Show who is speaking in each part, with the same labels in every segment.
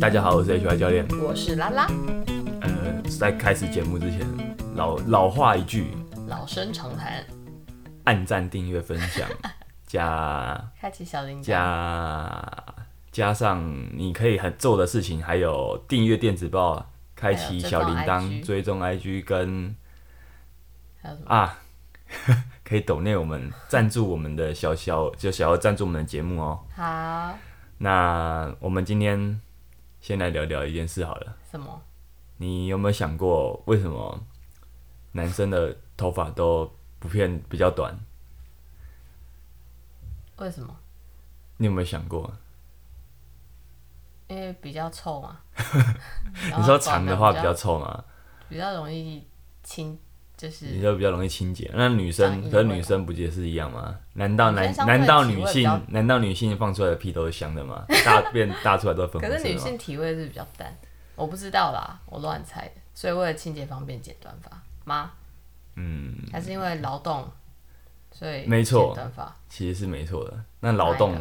Speaker 1: 大家好，我是 HY 教练。
Speaker 2: 我是拉拉，
Speaker 1: 呃，在开始节目之前，老老话一句，
Speaker 2: 老生常谈，
Speaker 1: 按赞、订阅、分享，加
Speaker 2: 开启小铃铛，
Speaker 1: 加加上你可以很做的事情，还有订阅电子报、开启小铃
Speaker 2: 还有
Speaker 1: 铛、追踪 IG 跟
Speaker 2: 还有什么？
Speaker 1: 啊， 可以抖内我们赞助我们的小小就小要赞助我们的节目哦。
Speaker 2: 好，
Speaker 1: 那我们今天先来聊聊一件事好了。
Speaker 2: 什么？
Speaker 1: 你有没有想过，为什么男生的头发都普遍比较短？
Speaker 2: 为什么？
Speaker 1: 你有没有想过？
Speaker 2: 因为比较臭嘛。
Speaker 1: 你
Speaker 2: 你
Speaker 1: 说长的话比
Speaker 2: 哦比嗯
Speaker 1: 较臭嘛，
Speaker 2: 比较容易清，就是
Speaker 1: 你说比较容易清洁。那女
Speaker 2: 长
Speaker 1: 生，
Speaker 2: 一
Speaker 1: 可是
Speaker 2: 点
Speaker 1: 女生不也是一样吗？难道
Speaker 2: 女
Speaker 1: 男
Speaker 2: 生相对
Speaker 1: 难道
Speaker 2: 体味
Speaker 1: 女
Speaker 2: 比
Speaker 1: 性
Speaker 2: 较
Speaker 1: 难道女性放出来的屁都是香的吗？大便大出来都是粉
Speaker 2: 可
Speaker 1: 红
Speaker 2: 是女
Speaker 1: 色的吗？
Speaker 2: 性体味是比较淡，我不知道啦，我乱猜的。所以为了清洁方便剪短发吗？
Speaker 1: 嗯，
Speaker 2: 还是因为劳动，所以
Speaker 1: 没错
Speaker 2: 剪短发
Speaker 1: 其实是没错的。那劳
Speaker 2: 哪一
Speaker 1: 动
Speaker 2: 个，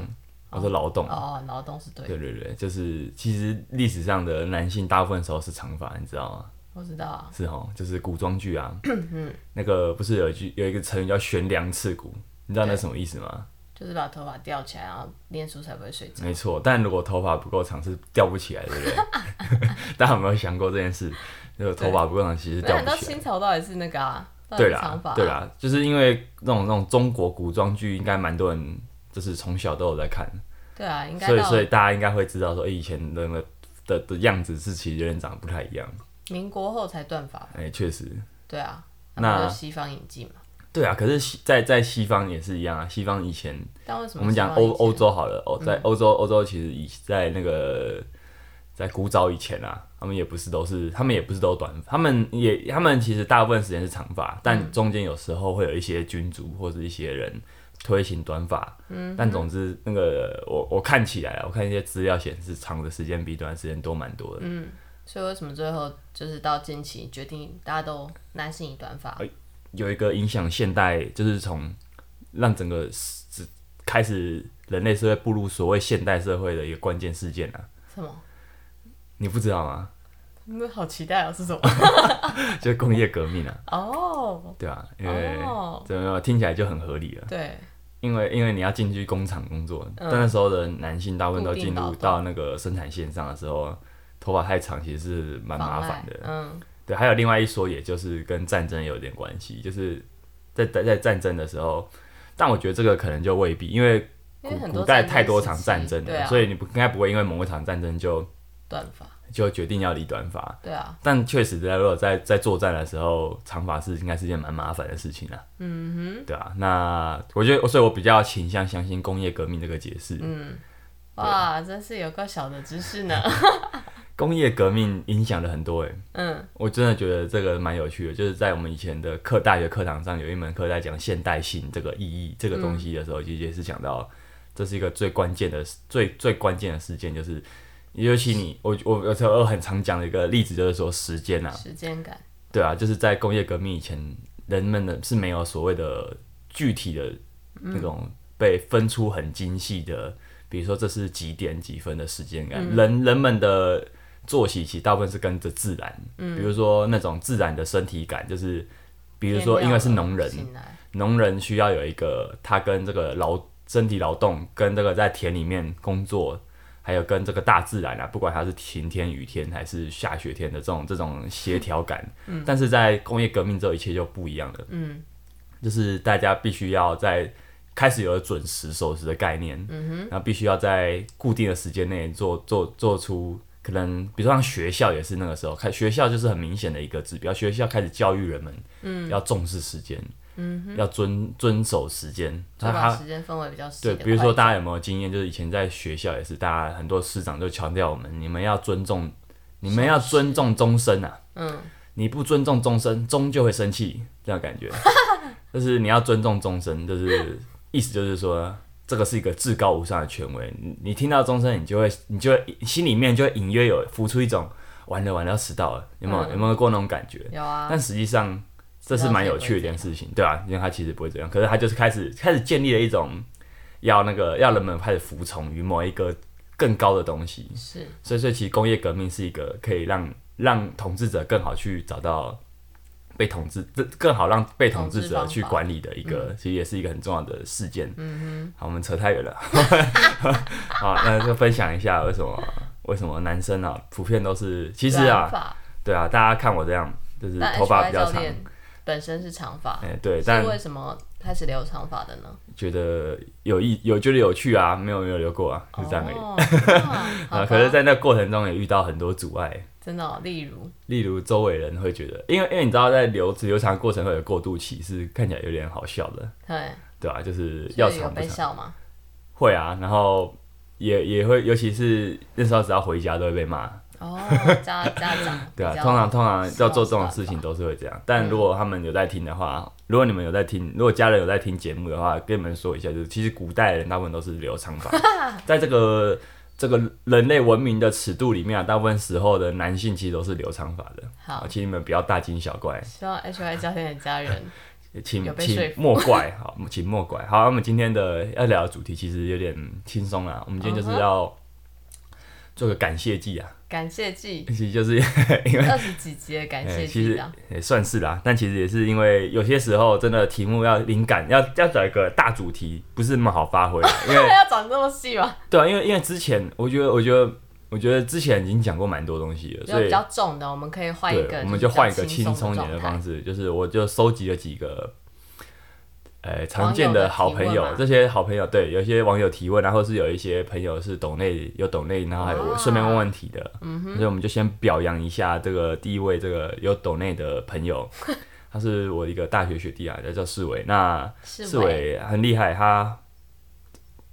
Speaker 1: 我说劳动，
Speaker 2: 哎哦，劳动是对的，
Speaker 1: 对对对，就是其实历史上的男性大部分时候是长发，你知道吗？
Speaker 2: 我知道啊，
Speaker 1: 是哦，就是古装剧 啊，
Speaker 2: 嗯
Speaker 1: 那个不是有一句有一个成语叫悬梁刺股，你知道那什么意思吗？
Speaker 2: 就是把头发吊起来，然后念书才不会睡着。
Speaker 1: 没错，但如果头发不够长是吊不起来，对不 对？大家有没有想过这件事？如果头发不够长，其实是
Speaker 2: 哎
Speaker 1: 吊
Speaker 2: 那你知
Speaker 1: 不
Speaker 2: 道
Speaker 1: 起来。
Speaker 2: 清朝到底是那个啊？到底
Speaker 1: 对
Speaker 2: 是
Speaker 1: 啦
Speaker 2: 长发、，
Speaker 1: 对，啦，就是因为那种那种中国古装剧，应该蛮多人就是从小都有在看，
Speaker 2: 对啊，应该
Speaker 1: 所以
Speaker 2: 到
Speaker 1: 所以大家应该会知道说，哎、以前的那个的的样子是其实有点长得不太一样。
Speaker 2: 民国后才断发，
Speaker 1: 哎、确实，
Speaker 2: 对啊，
Speaker 1: 那
Speaker 2: 不就是西方引进嘛。
Speaker 1: 对啊，可是西在在西方也是一样啊，西方以前
Speaker 2: 但为什么
Speaker 1: 我们讲
Speaker 2: 西方
Speaker 1: 欧
Speaker 2: 引进
Speaker 1: 欧洲好了，欧哦在欧洲欧洲其实以在那个在古早以前啊，他们也不是都是，他们也不是都短，他们也他们其实大部分时间是长发，但中间有时候会有一些君主或者一些人推行短发，嗯，但总之那个我我看起来啊，我看一些资料显示，长的时间比短的时间多蛮多的，
Speaker 2: 所以为什么最后就是到近期决定大家都男性以短发？
Speaker 1: 哎有一个影响现代，就是从让整个是开始人类社会步入所谓现代社会的一个关键事件啊，
Speaker 2: 什么？
Speaker 1: 你不知道吗？
Speaker 2: 你们好期待哦，是 什么？
Speaker 1: 就是工业革命啊，
Speaker 2: 哦，
Speaker 1: 对啊，因为
Speaker 2: 哦
Speaker 1: 怎么样听起来就很合理了。
Speaker 2: 对，
Speaker 1: 因为因为你要进去工厂工作，
Speaker 2: 嗯
Speaker 1: 但那时候的男性大部分都进入到那个生产线上的时候，头发太长其实是蛮麻烦的
Speaker 2: 妨碍。嗯，
Speaker 1: 对，还有另外一说，也就是跟战争有点关系，就是在在在战争的时候，但我觉得这个可能就未必，因为古
Speaker 2: 因为很多
Speaker 1: 古代
Speaker 2: 战争
Speaker 1: 太多
Speaker 2: 时
Speaker 1: 场
Speaker 2: 期
Speaker 1: 战争
Speaker 2: 对
Speaker 1: 了，
Speaker 2: 啊，
Speaker 1: 所
Speaker 2: 以
Speaker 1: 以你不应该不会因为某一场战争就
Speaker 2: 短发，
Speaker 1: 就决定要理短发。
Speaker 2: 对啊，
Speaker 1: 但确实，在如果在在作战的时候，长发是应该是件蛮麻烦的事情啊。嗯哼，对啊。那我觉得，所以我比较倾向相信工业革命这个解释。
Speaker 2: 哇，真是有个小的知识呢。
Speaker 1: 工业革命影响了很多诶、欸
Speaker 2: 嗯，
Speaker 1: 我真的觉得这个蛮有趣的。就是在我们以前的课大学课堂上，有一门课在讲现代性这个意义这个东西的时候，其实也是讲到这是一个最关键的最最关键的事件，就是尤其你我我我我很常讲的一个例子就是说时间啊，
Speaker 2: 时间感，
Speaker 1: 对啊，就是在工业革命以前，人们的是没有所谓的具体的那种被分出很精细的，比如说这是几点几分的时间感。人人们的作息其实大部分是跟着自然，比如说那种自然的身体感，就是比如说因为是农人，
Speaker 2: 天亮了醒啊来
Speaker 1: 农人需要有一个他跟这个劳身体劳动，跟这个在田里面工作，还有跟这个大自然啊，不管它是晴天、雨天还是下雪天的这种这种协调感。但是在工业革命之后，一切就不一样了。
Speaker 2: 嗯，
Speaker 1: 就是大家必须要在开始有了准时守时的概念，嗯哼，然后必须要在固定的时间内做做做出。可能比如说像学校也是那个时候开，学校就是很明显的一个指标，学校开始教育人们，嗯，要重视时间，要遵遵守时间。
Speaker 2: 就
Speaker 1: 那
Speaker 2: 把
Speaker 1: 他
Speaker 2: 时间分为比较细
Speaker 1: 对，
Speaker 2: 的
Speaker 1: 比如说
Speaker 2: 块
Speaker 1: 大家有没有经验？就是以前在学校也是，大家很多师长就强调我们，你们要尊重，你们要尊重终身啊！
Speaker 2: 嗯，
Speaker 1: 你不尊重终身，终就会生气，这样感觉。 就是你要尊重终身，就是意思就是说，这个是一个至高无上的权威。你你听到终身，你就会，你就会心里面就会隐约有浮出一种完了完了要迟到了，有没有？有没有过那种感觉？
Speaker 2: 有啊，
Speaker 1: 但实际上这是蛮有趣的一件事情，对啊，因为他其实不会这样，可是他就是开始开始建立了一种要那个要人们开始服从于某一个更高的东西。
Speaker 2: 是
Speaker 1: 所以，所以其实工业革命是一个可以让让统治者更好去找到被统治，这更好让被统治者去管理的一个，其实也是一个很重要的事件。嗯好，我们扯太远了。 好，那就分享一下为什么为什么男生啊普遍都是，其实
Speaker 2: 短
Speaker 1: 啊，
Speaker 2: 发，
Speaker 1: 对啊，大家看我这样，就是
Speaker 2: 但
Speaker 1: 头发
Speaker 2: HY
Speaker 1: 比较
Speaker 2: 教
Speaker 1: 长，
Speaker 2: 练本身是长发，
Speaker 1: 哎、对，但
Speaker 2: 是为什么开始留长发的呢？
Speaker 1: 觉得有意有觉得有趣啊，没有没有留过啊，就这样而已。
Speaker 2: 哦啊好
Speaker 1: 啊，
Speaker 2: 吧
Speaker 1: 可是，在那过程中也遇到很多阻碍，
Speaker 2: 真的哦，例如
Speaker 1: 例如周围人会觉得，因为因为你知道，在留留长的过程会有过渡期，是看起来有点好笑的，
Speaker 2: 对，
Speaker 1: 对吧、就是要
Speaker 2: 所以有
Speaker 1: 长不
Speaker 2: 被
Speaker 1: 长，
Speaker 2: 笑吗？
Speaker 1: 会啊，然后也也会，尤其是那时候只要回家都会被骂，
Speaker 2: 哦，家家长
Speaker 1: 对啊，
Speaker 2: 比较
Speaker 1: 通常通常
Speaker 2: 希
Speaker 1: 要
Speaker 2: 望
Speaker 1: 做
Speaker 2: 是
Speaker 1: 这种
Speaker 2: 爸
Speaker 1: 事
Speaker 2: 爸
Speaker 1: 情都是会这样。
Speaker 2: 嗯
Speaker 1: 但如果他们有在听的话，如果你们有在听，如果家人有在听节目的话，跟你们说一下，就是其实古代人大部分都是留长 发，在这个这个人类文明的尺度里面啊，大部分时候的男性其实都是留长发的。啊
Speaker 2: 好，
Speaker 1: 请你们不要大惊小怪，
Speaker 2: 希望 H Y 教练的家人
Speaker 1: 请
Speaker 2: 有被说
Speaker 1: 请
Speaker 2: 服
Speaker 1: 莫怪，好，请莫怪。好，我们今天的要聊的主题其实有点轻松啦，我们今天就
Speaker 2: 嗯
Speaker 1: 是
Speaker 2: 哼
Speaker 1: 要做个感谢祭啊，
Speaker 2: 感谢祭
Speaker 1: 其实就是因为。
Speaker 2: 二十几集的感
Speaker 1: 哎，
Speaker 2: 谢
Speaker 1: 其
Speaker 2: 祭
Speaker 1: 实
Speaker 2: 啊，
Speaker 1: 也算是啦，但其实也是因为有些时候真的题目要灵感，要要找一个大主题，不是那么好发挥啦。因为
Speaker 2: 要长这么细吗？
Speaker 1: 对啊，因为因为之前我觉得，我觉得，我觉得之前已经讲过蛮多东 西了，
Speaker 2: 就
Speaker 1: 所
Speaker 2: 比
Speaker 1: 以
Speaker 2: 较重的，我们可以换一
Speaker 1: 对，
Speaker 2: 个，
Speaker 1: 我们就换一个
Speaker 2: 轻
Speaker 1: 轻松一点
Speaker 2: 的
Speaker 1: 的
Speaker 2: 状态
Speaker 1: 方式，就是我就收集了几个。呃，常见
Speaker 2: 网友的
Speaker 1: 好朋
Speaker 2: 提
Speaker 1: 友
Speaker 2: 问，吗
Speaker 1: 这些好朋友对，有些网友提问，然后是有一些朋友是懂内有懂内，然后还有
Speaker 2: 哇嗯
Speaker 1: 顺便问问题的，所以我们就先表扬一下这个第一位这个有懂内的朋友，他是我一个大学学弟啊，叫世伟，那世
Speaker 2: 是伟
Speaker 1: 伟很厉害，他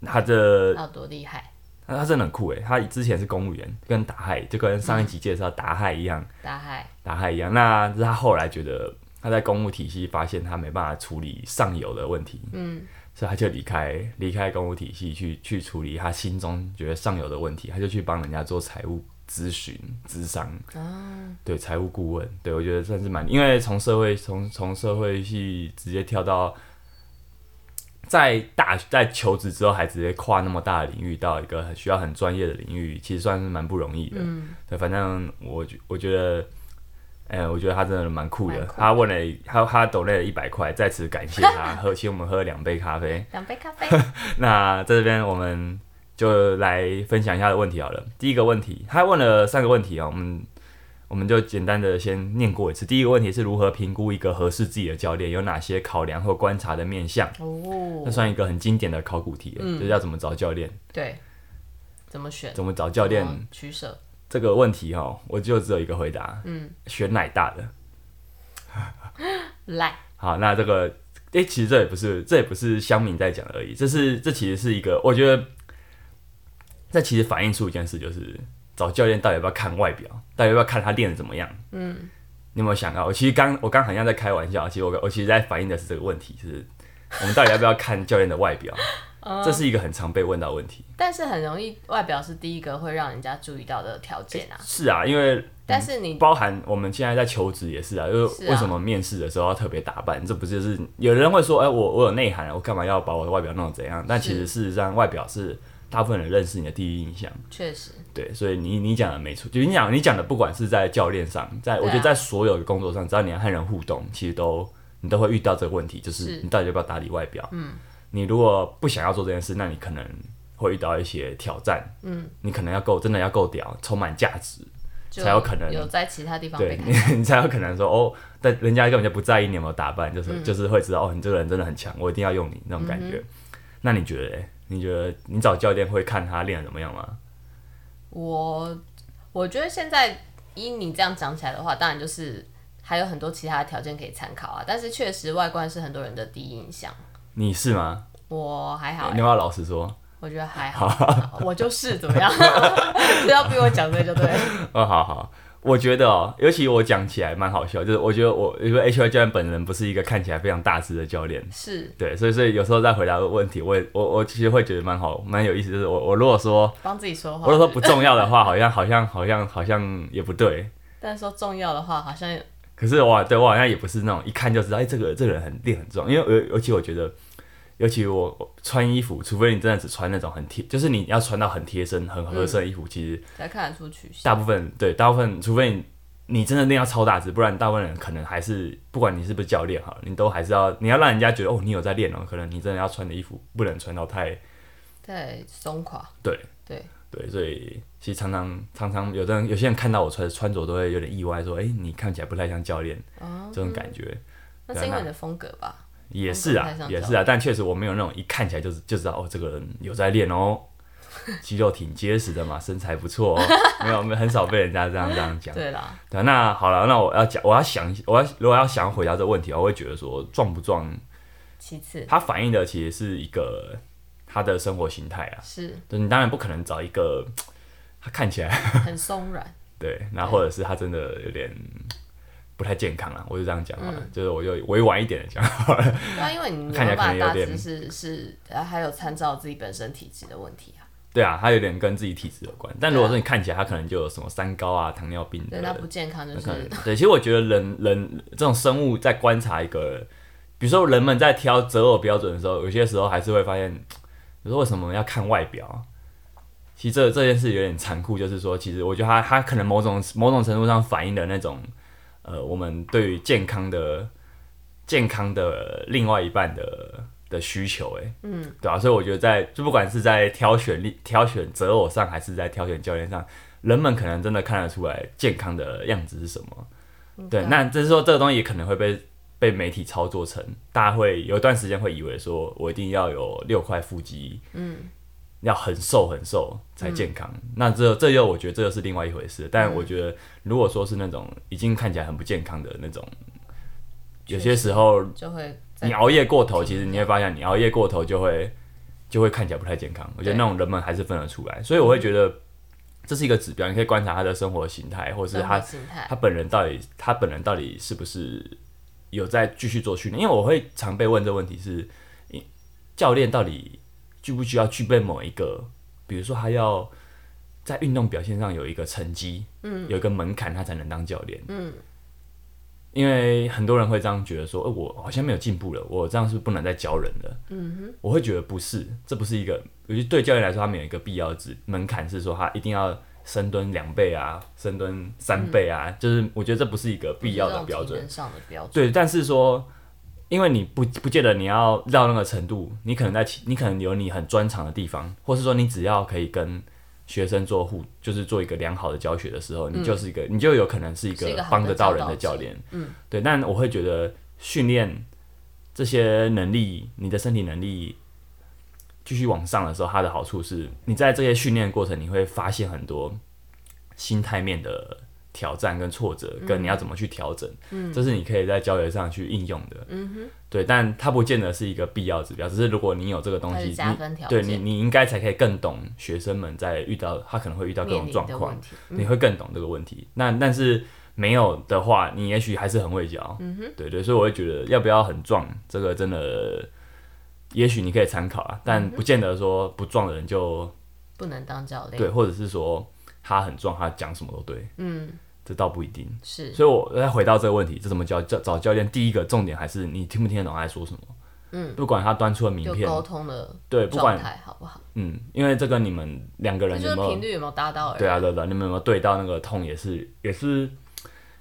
Speaker 1: 他的
Speaker 2: 要多厉害？
Speaker 1: 他他真的很酷诶，他之前是公务员，跟达亥就跟上一集介绍达亥一样，
Speaker 2: 大海
Speaker 1: 达亥一样。那是他后来觉得他在公务体系发现他没办法处理上游的问题，
Speaker 2: 嗯，
Speaker 1: 所以他就离开离开公务体系去去处理他心中觉得上游的问题，他就去帮人家做财务咨询、咨商，
Speaker 2: 啊，
Speaker 1: 对财务顾问，对我觉得算是蛮，因为从社会从从社会系直接跳到。在大在求职之后，还直接跨那么大的领域到一个很需要很专业的领域，其实算是蛮不容易的。
Speaker 2: 嗯，
Speaker 1: 对，反正我觉我觉得，哎、我觉得他真的蛮酷的。
Speaker 2: 蛮酷的
Speaker 1: 他问了一他他抖累了一百块，在此感谢 他。喝，请我们喝了两杯咖啡。
Speaker 2: 两杯咖啡，
Speaker 1: 那在这边我们就来分享一下的问题好了。第一个问题，他问了三个问题啊、我们我们就简单的先念过一次。第一个问题是如何评估一个合适自己的教练，有哪些考量或观察的面向？那
Speaker 2: 哦，
Speaker 1: 算一个很经典的考古题了，就是要怎么找教练，
Speaker 2: 对，怎么选？
Speaker 1: 怎么找教练
Speaker 2: 怎么取舍？
Speaker 1: 这个问题哦，我就只有一个回答，
Speaker 2: 嗯，
Speaker 1: 选奶大的。
Speaker 2: 来，
Speaker 1: 好，那这个，诶、其实这也不是，这也不是乡民在讲而已，这是这其实是一个，我觉得这其实反映出一件事，就是找教练到底要不要看外表，到底要不要看他练的怎么样。嗯，你有没有想到？啊我其实刚我刚好像在开玩笑，其实我我其实在反映的是这个问题，就是我们到底要不要看教练的外表？这是一个很常被问到的问题。
Speaker 2: 但是很容易，外表是第一个会让人家注意到的条件啊。
Speaker 1: 是啊，因为
Speaker 2: 但是你
Speaker 1: 包含我们现在在求职也是啊，就是
Speaker 2: 是啊
Speaker 1: 为什么面试的时候要特别打扮？这不就是有人会说，哎、我我有内涵，我干嘛要把我的外表弄得怎样？但其实事实上，外表是大部分人认识你的第一印象。
Speaker 2: 确实，
Speaker 1: 对，所以你你讲的没错，就你讲你讲的，不管是在教练上，在、我
Speaker 2: 对啊
Speaker 1: 觉得在所有的工作上，只要你要和人互动，其实都你都会遇到这个问题，就是
Speaker 2: 是
Speaker 1: 你到底要不要打理外表？嗯，你如果不想要做这件事，那你可能会遇到一些挑战。嗯，你可能要够真的要够屌，充满价值。
Speaker 2: 就
Speaker 1: 才有可能
Speaker 2: 有在其他地方
Speaker 1: 对
Speaker 2: 被看
Speaker 1: 你， 你才有可能说哦，但人家根本就不在意你有没有打扮，就是、就是会知道哦，你这个人真的很强，我一定要用你那种感觉。那你觉得嘞？你觉得欸你找教练会看他练的怎么样吗？
Speaker 2: 我我觉得现在依你这样讲起来的话，当然就是还有很多其他的条件可以参考啊。但是确实外观是很多人的第一印象，
Speaker 1: 你是吗？
Speaker 2: 我还好欸、
Speaker 1: 你要不要老实说？
Speaker 2: 我觉得还好， 我就是怎么样，不要逼我讲这个就对了。
Speaker 1: 哦，好好，我觉得哦，尤其我讲起来蛮好笑，就是我觉得我因为 H Y 教练本人不是一个看起来非常大只的教练，
Speaker 2: 是
Speaker 1: 对，所以所以有时候在回答问题，我也我我其实会觉得蛮好蛮有意思，就是我我如果说
Speaker 2: 帮自己说
Speaker 1: 我
Speaker 2: 话，
Speaker 1: 如果说不重要的话，好像好像好像好像也不对，
Speaker 2: 但是说重要的话，好像
Speaker 1: 可是我对我好像也不是那种一看就知道，哎、这个这个人很练很壮，因为尤尤其我觉得尤其我我穿衣服，除非你真的只穿那种很贴，就是你要穿到很贴身、很合身的衣服，其实
Speaker 2: 才看得出曲线。
Speaker 1: 大部分对大部分，除非你你真的那要超大只，不然大部分人可能还是不管你是不是教练好了，你都还是要你要让人家觉得哦你有在练哦，可能你真的要穿的衣服不能穿到太
Speaker 2: 对，松垮。
Speaker 1: 对
Speaker 2: 对，
Speaker 1: 对，所以其实常常常常有的人有些人看到我穿穿着都会有点意外，说：“哎、你看起来不太像教练。这种感觉
Speaker 2: 那是因为你的风格吧？
Speaker 1: 也是啊
Speaker 2: 不太像，教
Speaker 1: 也是啊，但确实我没有那种一看起来就是就知道哦，这个人有在练 哦，肌肉挺结实的嘛，身材不错哦。没有，没有很少被人家这样这样讲。
Speaker 2: 对啦，
Speaker 1: 对啊，那好了，那我要讲，我要想，我要如果要想回答这个问题，我会觉得说壮不壮，
Speaker 2: 其次
Speaker 1: 它反映的其实是一个他的生活形态啊。
Speaker 2: 是
Speaker 1: 就你当然不可能找一个他看起来。
Speaker 2: 很松软，
Speaker 1: 对，那或者是他真的有点不太健康啊，我就这样讲好了，
Speaker 2: 嗯
Speaker 1: 就是我就委婉一点的讲好了。
Speaker 2: 对啊，因为你没
Speaker 1: 看起来可
Speaker 2: 有
Speaker 1: 能
Speaker 2: 办法
Speaker 1: 有
Speaker 2: 大
Speaker 1: 点
Speaker 2: 致是是，呃还有参照自己本身体质的问题啊。
Speaker 1: 对啊，他有点跟自己体质有关，但如果
Speaker 2: 对啊
Speaker 1: 说你看起来他可能就有什么三高啊、糖尿病之
Speaker 2: 对，
Speaker 1: 类
Speaker 2: 那
Speaker 1: 的
Speaker 2: 不，健康就
Speaker 1: 那可能
Speaker 2: 是
Speaker 1: 对。其实我觉得人人这种生物在观察一个，比如说人们在挑择偶标准的时候，有些时候还是会发现，比如说为什么要看外表？其实这这件事有点残酷，就是说，其实我觉得他他可能某种某种程度上反映了那种，呃，我们对于健康的健康的另外一半的的需求，哎，嗯，对啊，所以我觉得在就不管是在挑选另挑选择偶上，还是在挑选教练上，人们可能真的看得出来健康的样子是什么。嗯对，那就是说这个东西也可能会被被媒体操作成，大家会有一段时间会以为说我一定要有六块腹肌，嗯，要很瘦很瘦才健康。那这这又我觉得这又是另外一回事。但我觉得如果说是那种已经看起来很不健康的那种，有些时候
Speaker 2: 就会在
Speaker 1: 你熬夜过头，其实你会发现，你熬夜过头就会就会看起来不太健康。我觉得
Speaker 2: 对
Speaker 1: 那种人们还是分得出来，所以我会觉得这是一个指标，你可以观察他的生活形态，或是
Speaker 2: 生
Speaker 1: 他
Speaker 2: 活形态
Speaker 1: 他本人到底他本人到底是不是有在继续做训练？因为我会常被问这个问题是，你教练到底具不需要具备某一个，比如说他要在运动表现上有一个成绩，嗯，有一个门槛，他才能当教练，嗯。因为很多人会这样觉得说，呃，我好像没有进步了，我这样是不是不能再教人了？嗯哼，我会觉得不是，这不是一个，我觉得对教练来说，他们有一个必要值门槛是说他一定要深蹲两倍啊，深蹲三倍啊，就是我觉得这不是一个必要的标
Speaker 2: 这种
Speaker 1: 准
Speaker 2: 体。能上的标准。
Speaker 1: 对，但是说，因为你不不见得你要到那个程度，你可能在其你可能有你很专长的地方，或是说你只要可以跟学生做互，就是做一个良好的教学的时候，你就是一个、你就有可能是一
Speaker 2: 是一个
Speaker 1: 个
Speaker 2: 好的
Speaker 1: 帮得到人
Speaker 2: 教导
Speaker 1: 的
Speaker 2: 者
Speaker 1: 教练。嗯，对。但我会觉得训练这些能力，你的身体能力。继续往上的时候，它的好处是，你在这些训练过程，你会发现很多心态面的挑战跟挫折，
Speaker 2: 嗯
Speaker 1: 跟你要怎么去调整，这是你可以在教学上去应用的。嗯哼，对，但它不见得是一个必要指标，只是如果你有这个东
Speaker 2: 它
Speaker 1: 西，
Speaker 2: 是加分
Speaker 1: 你
Speaker 2: 条
Speaker 1: 对
Speaker 2: 件
Speaker 1: 你你应该才可以更懂学生们在遇到他可能会遇到各
Speaker 2: 面
Speaker 1: 种
Speaker 2: 临
Speaker 1: 状
Speaker 2: 的
Speaker 1: 况
Speaker 2: 问，题，嗯
Speaker 1: 你会更懂这个问题。那但是没有的话，你也许还是很会教。嗯哼，对对，所以我会觉得要不要很壮，这个真的，也许你可以参考啊，
Speaker 2: 嗯
Speaker 1: 但不见得说不壮的人就
Speaker 2: 不能当教练。
Speaker 1: 对，或者是说他很壮，他讲什么都对，
Speaker 2: 嗯，
Speaker 1: 这倒不一定。
Speaker 2: 是
Speaker 1: 所以我再回到这个问题，这怎么教教找教练？第一个重点还是你听不听得懂他在说什么。嗯，不管他端出的名
Speaker 2: 就
Speaker 1: 片，
Speaker 2: 沟通的
Speaker 1: 对，不
Speaker 2: 状
Speaker 1: 管
Speaker 2: 态好不好？
Speaker 1: 嗯，因为这跟你们两个
Speaker 2: 这
Speaker 1: 人
Speaker 2: 就
Speaker 1: 有
Speaker 2: 是
Speaker 1: 没有
Speaker 2: 频率有没有达到而已。
Speaker 1: 对啊对的，你们有没有对到那个痛也是也是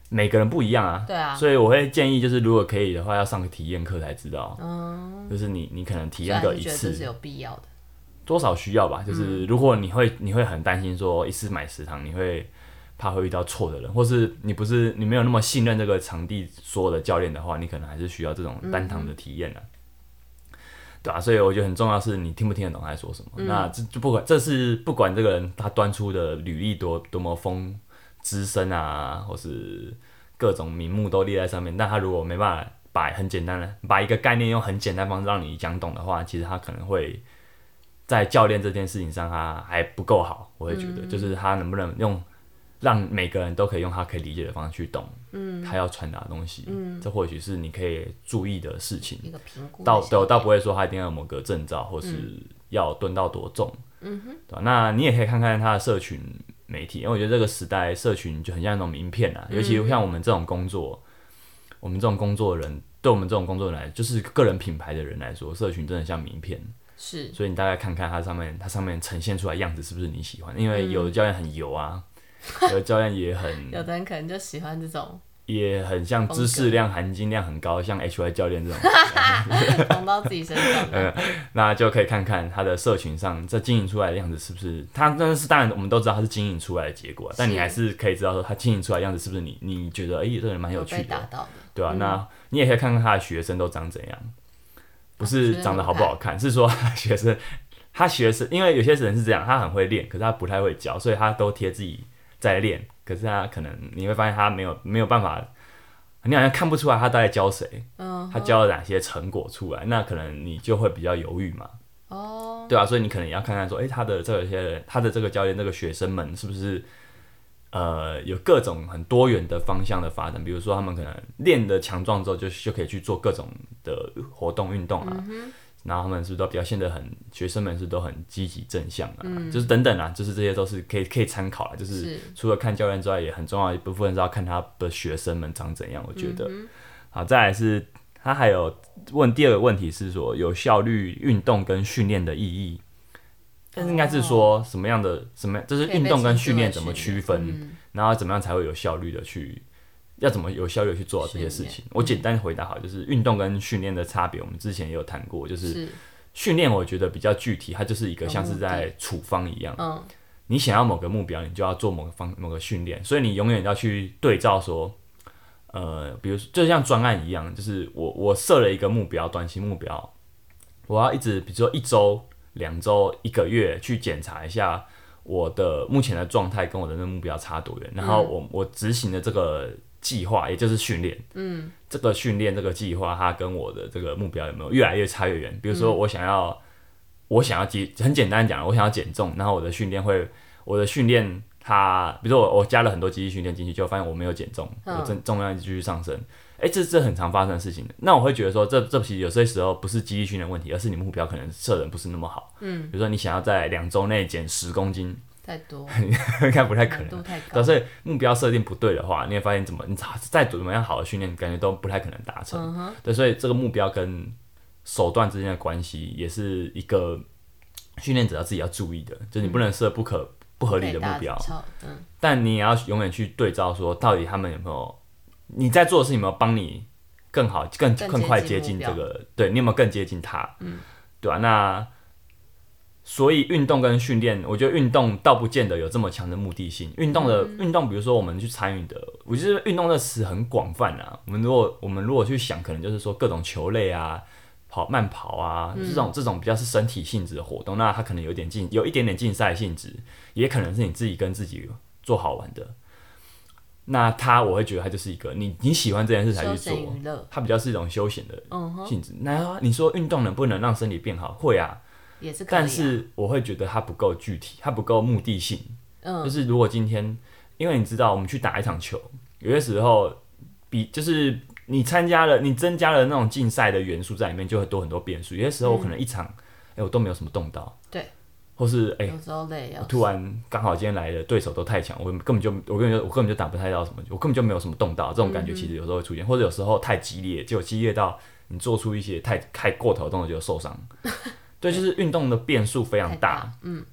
Speaker 1: 每个人不一样啊。
Speaker 2: 对啊，
Speaker 1: 所以我会建议，就是如果可以的话，要上个体验课才知道。
Speaker 2: 哦
Speaker 1: 嗯，就是你你可能体
Speaker 2: 所以
Speaker 1: 验
Speaker 2: 还
Speaker 1: 个
Speaker 2: 是
Speaker 1: 一
Speaker 2: 觉得这是
Speaker 1: 次，
Speaker 2: 有必要的。
Speaker 1: 多少需要吧。就是如果你会你会很担心说一次买十堂，你会怕会遇到错的人，或是你不是你没有那么信任这个场地所有的教练的话，你可能还是需要这种单堂的体验的、啊对啊，所以我觉得很重要是你听不听得懂他在说什么。那这就不管这是不管这个人他端出的履历多多么丰资深啊，或是各种名目都列在上面，但他如果没办法把很简单的把一个概念用很简单方式让你讲懂的话，其实他可能会在教练这件事情上他还不够好。我会觉得，就是他能不能用让每个人都可以用他可以理解的方式去懂，嗯，他要传达的东西，嗯，这或许是你可以注意的事情。
Speaker 2: 一个评估的
Speaker 1: 倒
Speaker 2: 效
Speaker 1: 倒
Speaker 2: 果
Speaker 1: 倒不会说他一定要有某个证照，或是要蹲到多重，嗯哼，对吧、那你也可以看看他的社群嗯媒体，因为我觉得这个时代社群就很像那种名片啊，尤其像我们这种工作，我们这种工作的人，对我们这种工作人来，就是个人品牌的人来说，社群真的像名片。
Speaker 2: 是
Speaker 1: 所以你大概看看它上面，它上面呈现出来样子是不是你喜欢？因为有的教练很油啊，有的教练也很
Speaker 2: 有的人可能就喜欢这种
Speaker 1: 也很像知识量含金量很高，像 HY 教练这种，
Speaker 2: 捅到自己身 上的，
Speaker 1: 那就可以看看他的社群上这经营出来的样子是不是他，但是当然我们都知道他是经营出来的结果，啊但你还是可以知道说他经营出来的样子是不是你你觉得哎、这个人蛮有趣
Speaker 2: 被打
Speaker 1: 的，
Speaker 2: 到的。
Speaker 1: 对啊，那你也可以看看他的学生都长怎样，不是长得好不好看，是说他学生他学生，因为有些人是这样，他很会练，可是他不太会教，所以他都贴自己在练，可是他可能你会发现他没有没有办法，你好像看不出来他大概教谁，
Speaker 2: 嗯，
Speaker 1: 他教了哪些成果出来，那可能你就会比较犹豫嘛，
Speaker 2: 哦，
Speaker 1: 对啊，所以你可能也要看看说，诶，他的这些人，他的这个教练，这个学生们是不是呃有各种很多元的方向的发展？比如说他们可能练的强壮之后就，就可以去做各种的活动运动啊。然后他们是不是都表现得很，学生们是不是都很积极正向啊，就是等等啊，就是这些都是可以可以参考啊。就是
Speaker 2: 是
Speaker 1: 除了看教练之外，也很重要一部分是要看他的学生们长怎样。我觉得，好，再来是他还有问第二个问题是说有效率运动跟训练的意义，但是应该是说什么样的什么样，就是运动跟训练怎么区分，
Speaker 2: 嗯
Speaker 1: 然后怎么样才会有效率的去，要怎么有效率地去做到这些事
Speaker 2: 训
Speaker 1: 情。我简单回答好，就是运动跟训练的差别，我们之前也有谈过，就是
Speaker 2: 是，
Speaker 1: 训练我觉得比较具体，它就是一个像是在处方一样，
Speaker 2: 嗯，
Speaker 1: 你想要某个目标，你就要做某个方某个训练，所以你永远要去对照说，呃，比如说就像专案一样，就是我我设了一个目标，短期目标，我要一直比如说一周、两周、一个月去检查一下我的目前的状态跟我的那个目标差多远，然后我我执行的这个计划，也就是训练，嗯，这个训练这个计划，它跟我的这个目标有没有越来越差越远？比如说我想要。我想要减，很简单讲，我想要减重，然后我的训练会我的训练它，比如说我我加了很多肌力训练进去，就发现我没有减重，
Speaker 2: 嗯
Speaker 1: 我重重量一直继续上升。哎、这这很常发生的事情。那我会觉得说，这这其实有些时候不是肌力训练问题，而是你目标可能设的不是那么好。嗯，比如说你想要在两周内减十公斤，
Speaker 2: 太多，
Speaker 1: 应该不太可
Speaker 2: 难
Speaker 1: 能
Speaker 2: 度。太
Speaker 1: 但
Speaker 2: 高，
Speaker 1: 是目标设定不对的话，你会发现怎么你再怎么样好的训练，感觉都不太可能达成。
Speaker 2: 嗯哼，
Speaker 1: 对，所以这个目标跟手段之间的关系，也是一个训练者要自己要注意的，就是你不能设不可嗯不合理的目标
Speaker 2: 太大，超嗯，
Speaker 1: 但你也要永远去对照说，到底他们有没有你在做的事情有没有帮你更好、更
Speaker 2: 更
Speaker 1: 更快接近
Speaker 2: 接近目
Speaker 1: 这
Speaker 2: 标
Speaker 1: 个，对你有没有更接近它？嗯，对啊，那所以运动跟训练，我觉得运动倒不见得有这么强的目的性。运动的
Speaker 2: 嗯
Speaker 1: 运、动，比如说我们去参与的，我觉得运动的词很广泛啊。我们如果我们如果去想，可能就是说各种球类啊。跑慢跑啊，
Speaker 2: 嗯
Speaker 1: 这种这种比较是身体性质的活动，那它可能有点竞，有一点点竞赛性质，也可能是你自己跟自己做好玩的。那它我会觉得它就是一个你你喜欢这件事才
Speaker 2: 休
Speaker 1: 去做，
Speaker 2: 闲娱乐，
Speaker 1: 它比较是一种休闲的
Speaker 2: 嗯哼，
Speaker 1: 性质。那你说运动能不能让身体变好？会啊，
Speaker 2: 也是可以啊，
Speaker 1: 但是我会觉得它不够具体，它不够目的性。就
Speaker 2: 嗯，
Speaker 1: 是如果今天，因为你知道我们去打一场球，有些时候比就是你参加了，你增加了那种竞赛的元素在里面，就会多很多变数。有些时候我可能一场，哎、我都没有什么动到，
Speaker 2: 嗯对，
Speaker 1: 或是哎、
Speaker 2: 有时候累
Speaker 1: 我
Speaker 2: 啊，
Speaker 1: 突然刚好今天来的对手都太强，我根本就我根本就我根本就打不太到什么，我根本就没有什么动到，这种感觉其实有时候会出现，或者有时候太激烈，就激烈到你做出一些太太过头的动作就受伤。对，就是运动的变数非常
Speaker 2: 太
Speaker 1: 大，
Speaker 2: 大，嗯，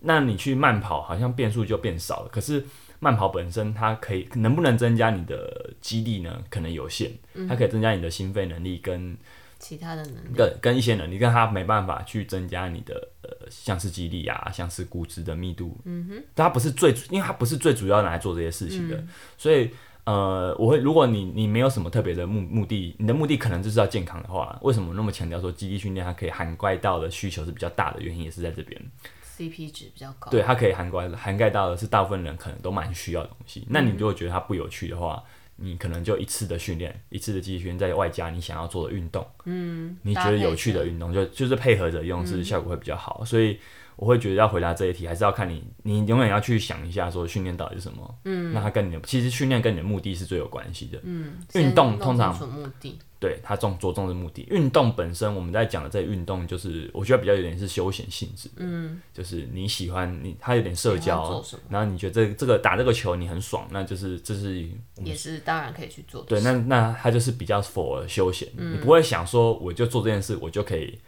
Speaker 1: 那你去慢跑，好像变数就变少了。可是慢跑本身，它可以能不能增加你的肌力呢？可能有限，它可以增加你的心肺能力跟
Speaker 2: 其他的能力，
Speaker 1: 跟跟一些能力，但它没办法去增加你的呃，像是肌力啊，像是骨质的密度。嗯哼，嗯它不是最，因为它不是最主要拿来做这些事情的，所以。呃，我会，如果你你没有什么特别的目目的，你的目的可能就是要健康的话，为什么那么强调说肌力训练它可以涵盖到的需求是比较大的原因，也是在这边。
Speaker 2: CP 值比较高，
Speaker 1: 对，它可以涵盖涵盖到的是大部分人可能都蛮需要的东西。那
Speaker 2: 嗯
Speaker 1: 你如果觉得它不有趣的话，你可能就一次的训练，一次的肌力训练，再外加你想要做
Speaker 2: 嗯
Speaker 1: 的运动，嗯，你觉得有趣的运动，就就是配合着用，是效果会比较好。所以我会觉得要回答这一题，还是要看你，你永远要去想一下，说训练到底是什么。嗯，那它跟你的其实训练跟你的目的是最有关系的。
Speaker 2: 嗯，
Speaker 1: 运动
Speaker 2: 先弄
Speaker 1: 通常
Speaker 2: 清楚目的，
Speaker 1: 对，它重着重的目的。运动本身，我们在讲的这个运动，就是我觉得比较有点是休闲性质。嗯，就是你喜欢你，它有点社
Speaker 2: 喜欢做
Speaker 1: 交
Speaker 2: 什么，
Speaker 1: 然后你觉得这这个打这个球你很爽，那就是这是我们
Speaker 2: 也是当然可以去做的
Speaker 1: 嗯对，
Speaker 2: 事。
Speaker 1: 那那它就是比较 for 休闲，
Speaker 2: 嗯
Speaker 1: 你不会想说我就做这件事，我就可以。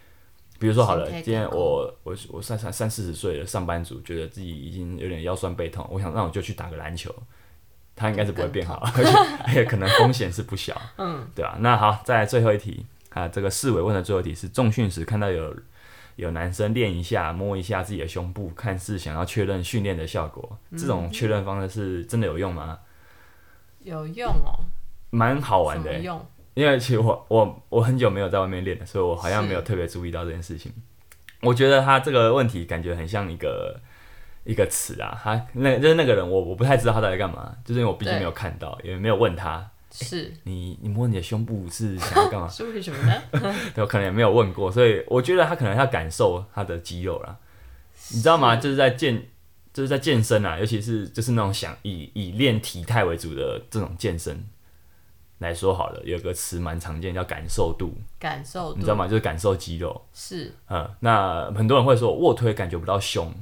Speaker 1: 比如说好了
Speaker 2: 心态，
Speaker 1: 今天
Speaker 2: 高
Speaker 1: 我我我三三三四十岁的上班族，觉得自己已经有点腰酸背痛，我想那我就去打个篮球，他应该是不会变好，而且 而且可能风险是不小，嗯， 对吧、那好，再来最后一题啊，这个四维问的最后一题是重训时看到有有男生练一下摸一下自己的胸部，看是想要确认训练的效果，这种
Speaker 2: 嗯
Speaker 1: 确认方式是真的有用吗？
Speaker 2: 有用哦，
Speaker 1: 蛮好
Speaker 2: 什
Speaker 1: 玩的、
Speaker 2: 么
Speaker 1: 欸，
Speaker 2: 用？
Speaker 1: 因为其实我我我很久没有在外面练了，所以我好像
Speaker 2: 是
Speaker 1: 没有特别注意到这件事情。我觉得他这个问题感觉很像一个一个词啊，他那就是那个人我我不太知道他到底在干嘛，就是因为我毕竟
Speaker 2: 对
Speaker 1: 没有看到，也没有问他，
Speaker 2: 是
Speaker 1: 你你摸你的胸部是想要干嘛？
Speaker 2: 是为什么呢？
Speaker 1: 对，我可能也没有问过，所以我觉得他可能要感受他的肌肉啦，你知道吗？就是在健就是在健身啊，尤其是就是那种想以以练体态为主的这种健身来说好了，有个词蛮常见叫感受度，
Speaker 2: 感受
Speaker 1: 你知道
Speaker 2: 度
Speaker 1: 吗？就是感受肌肉。
Speaker 2: 是
Speaker 1: 嗯，那很多人会说卧推感觉不到胸，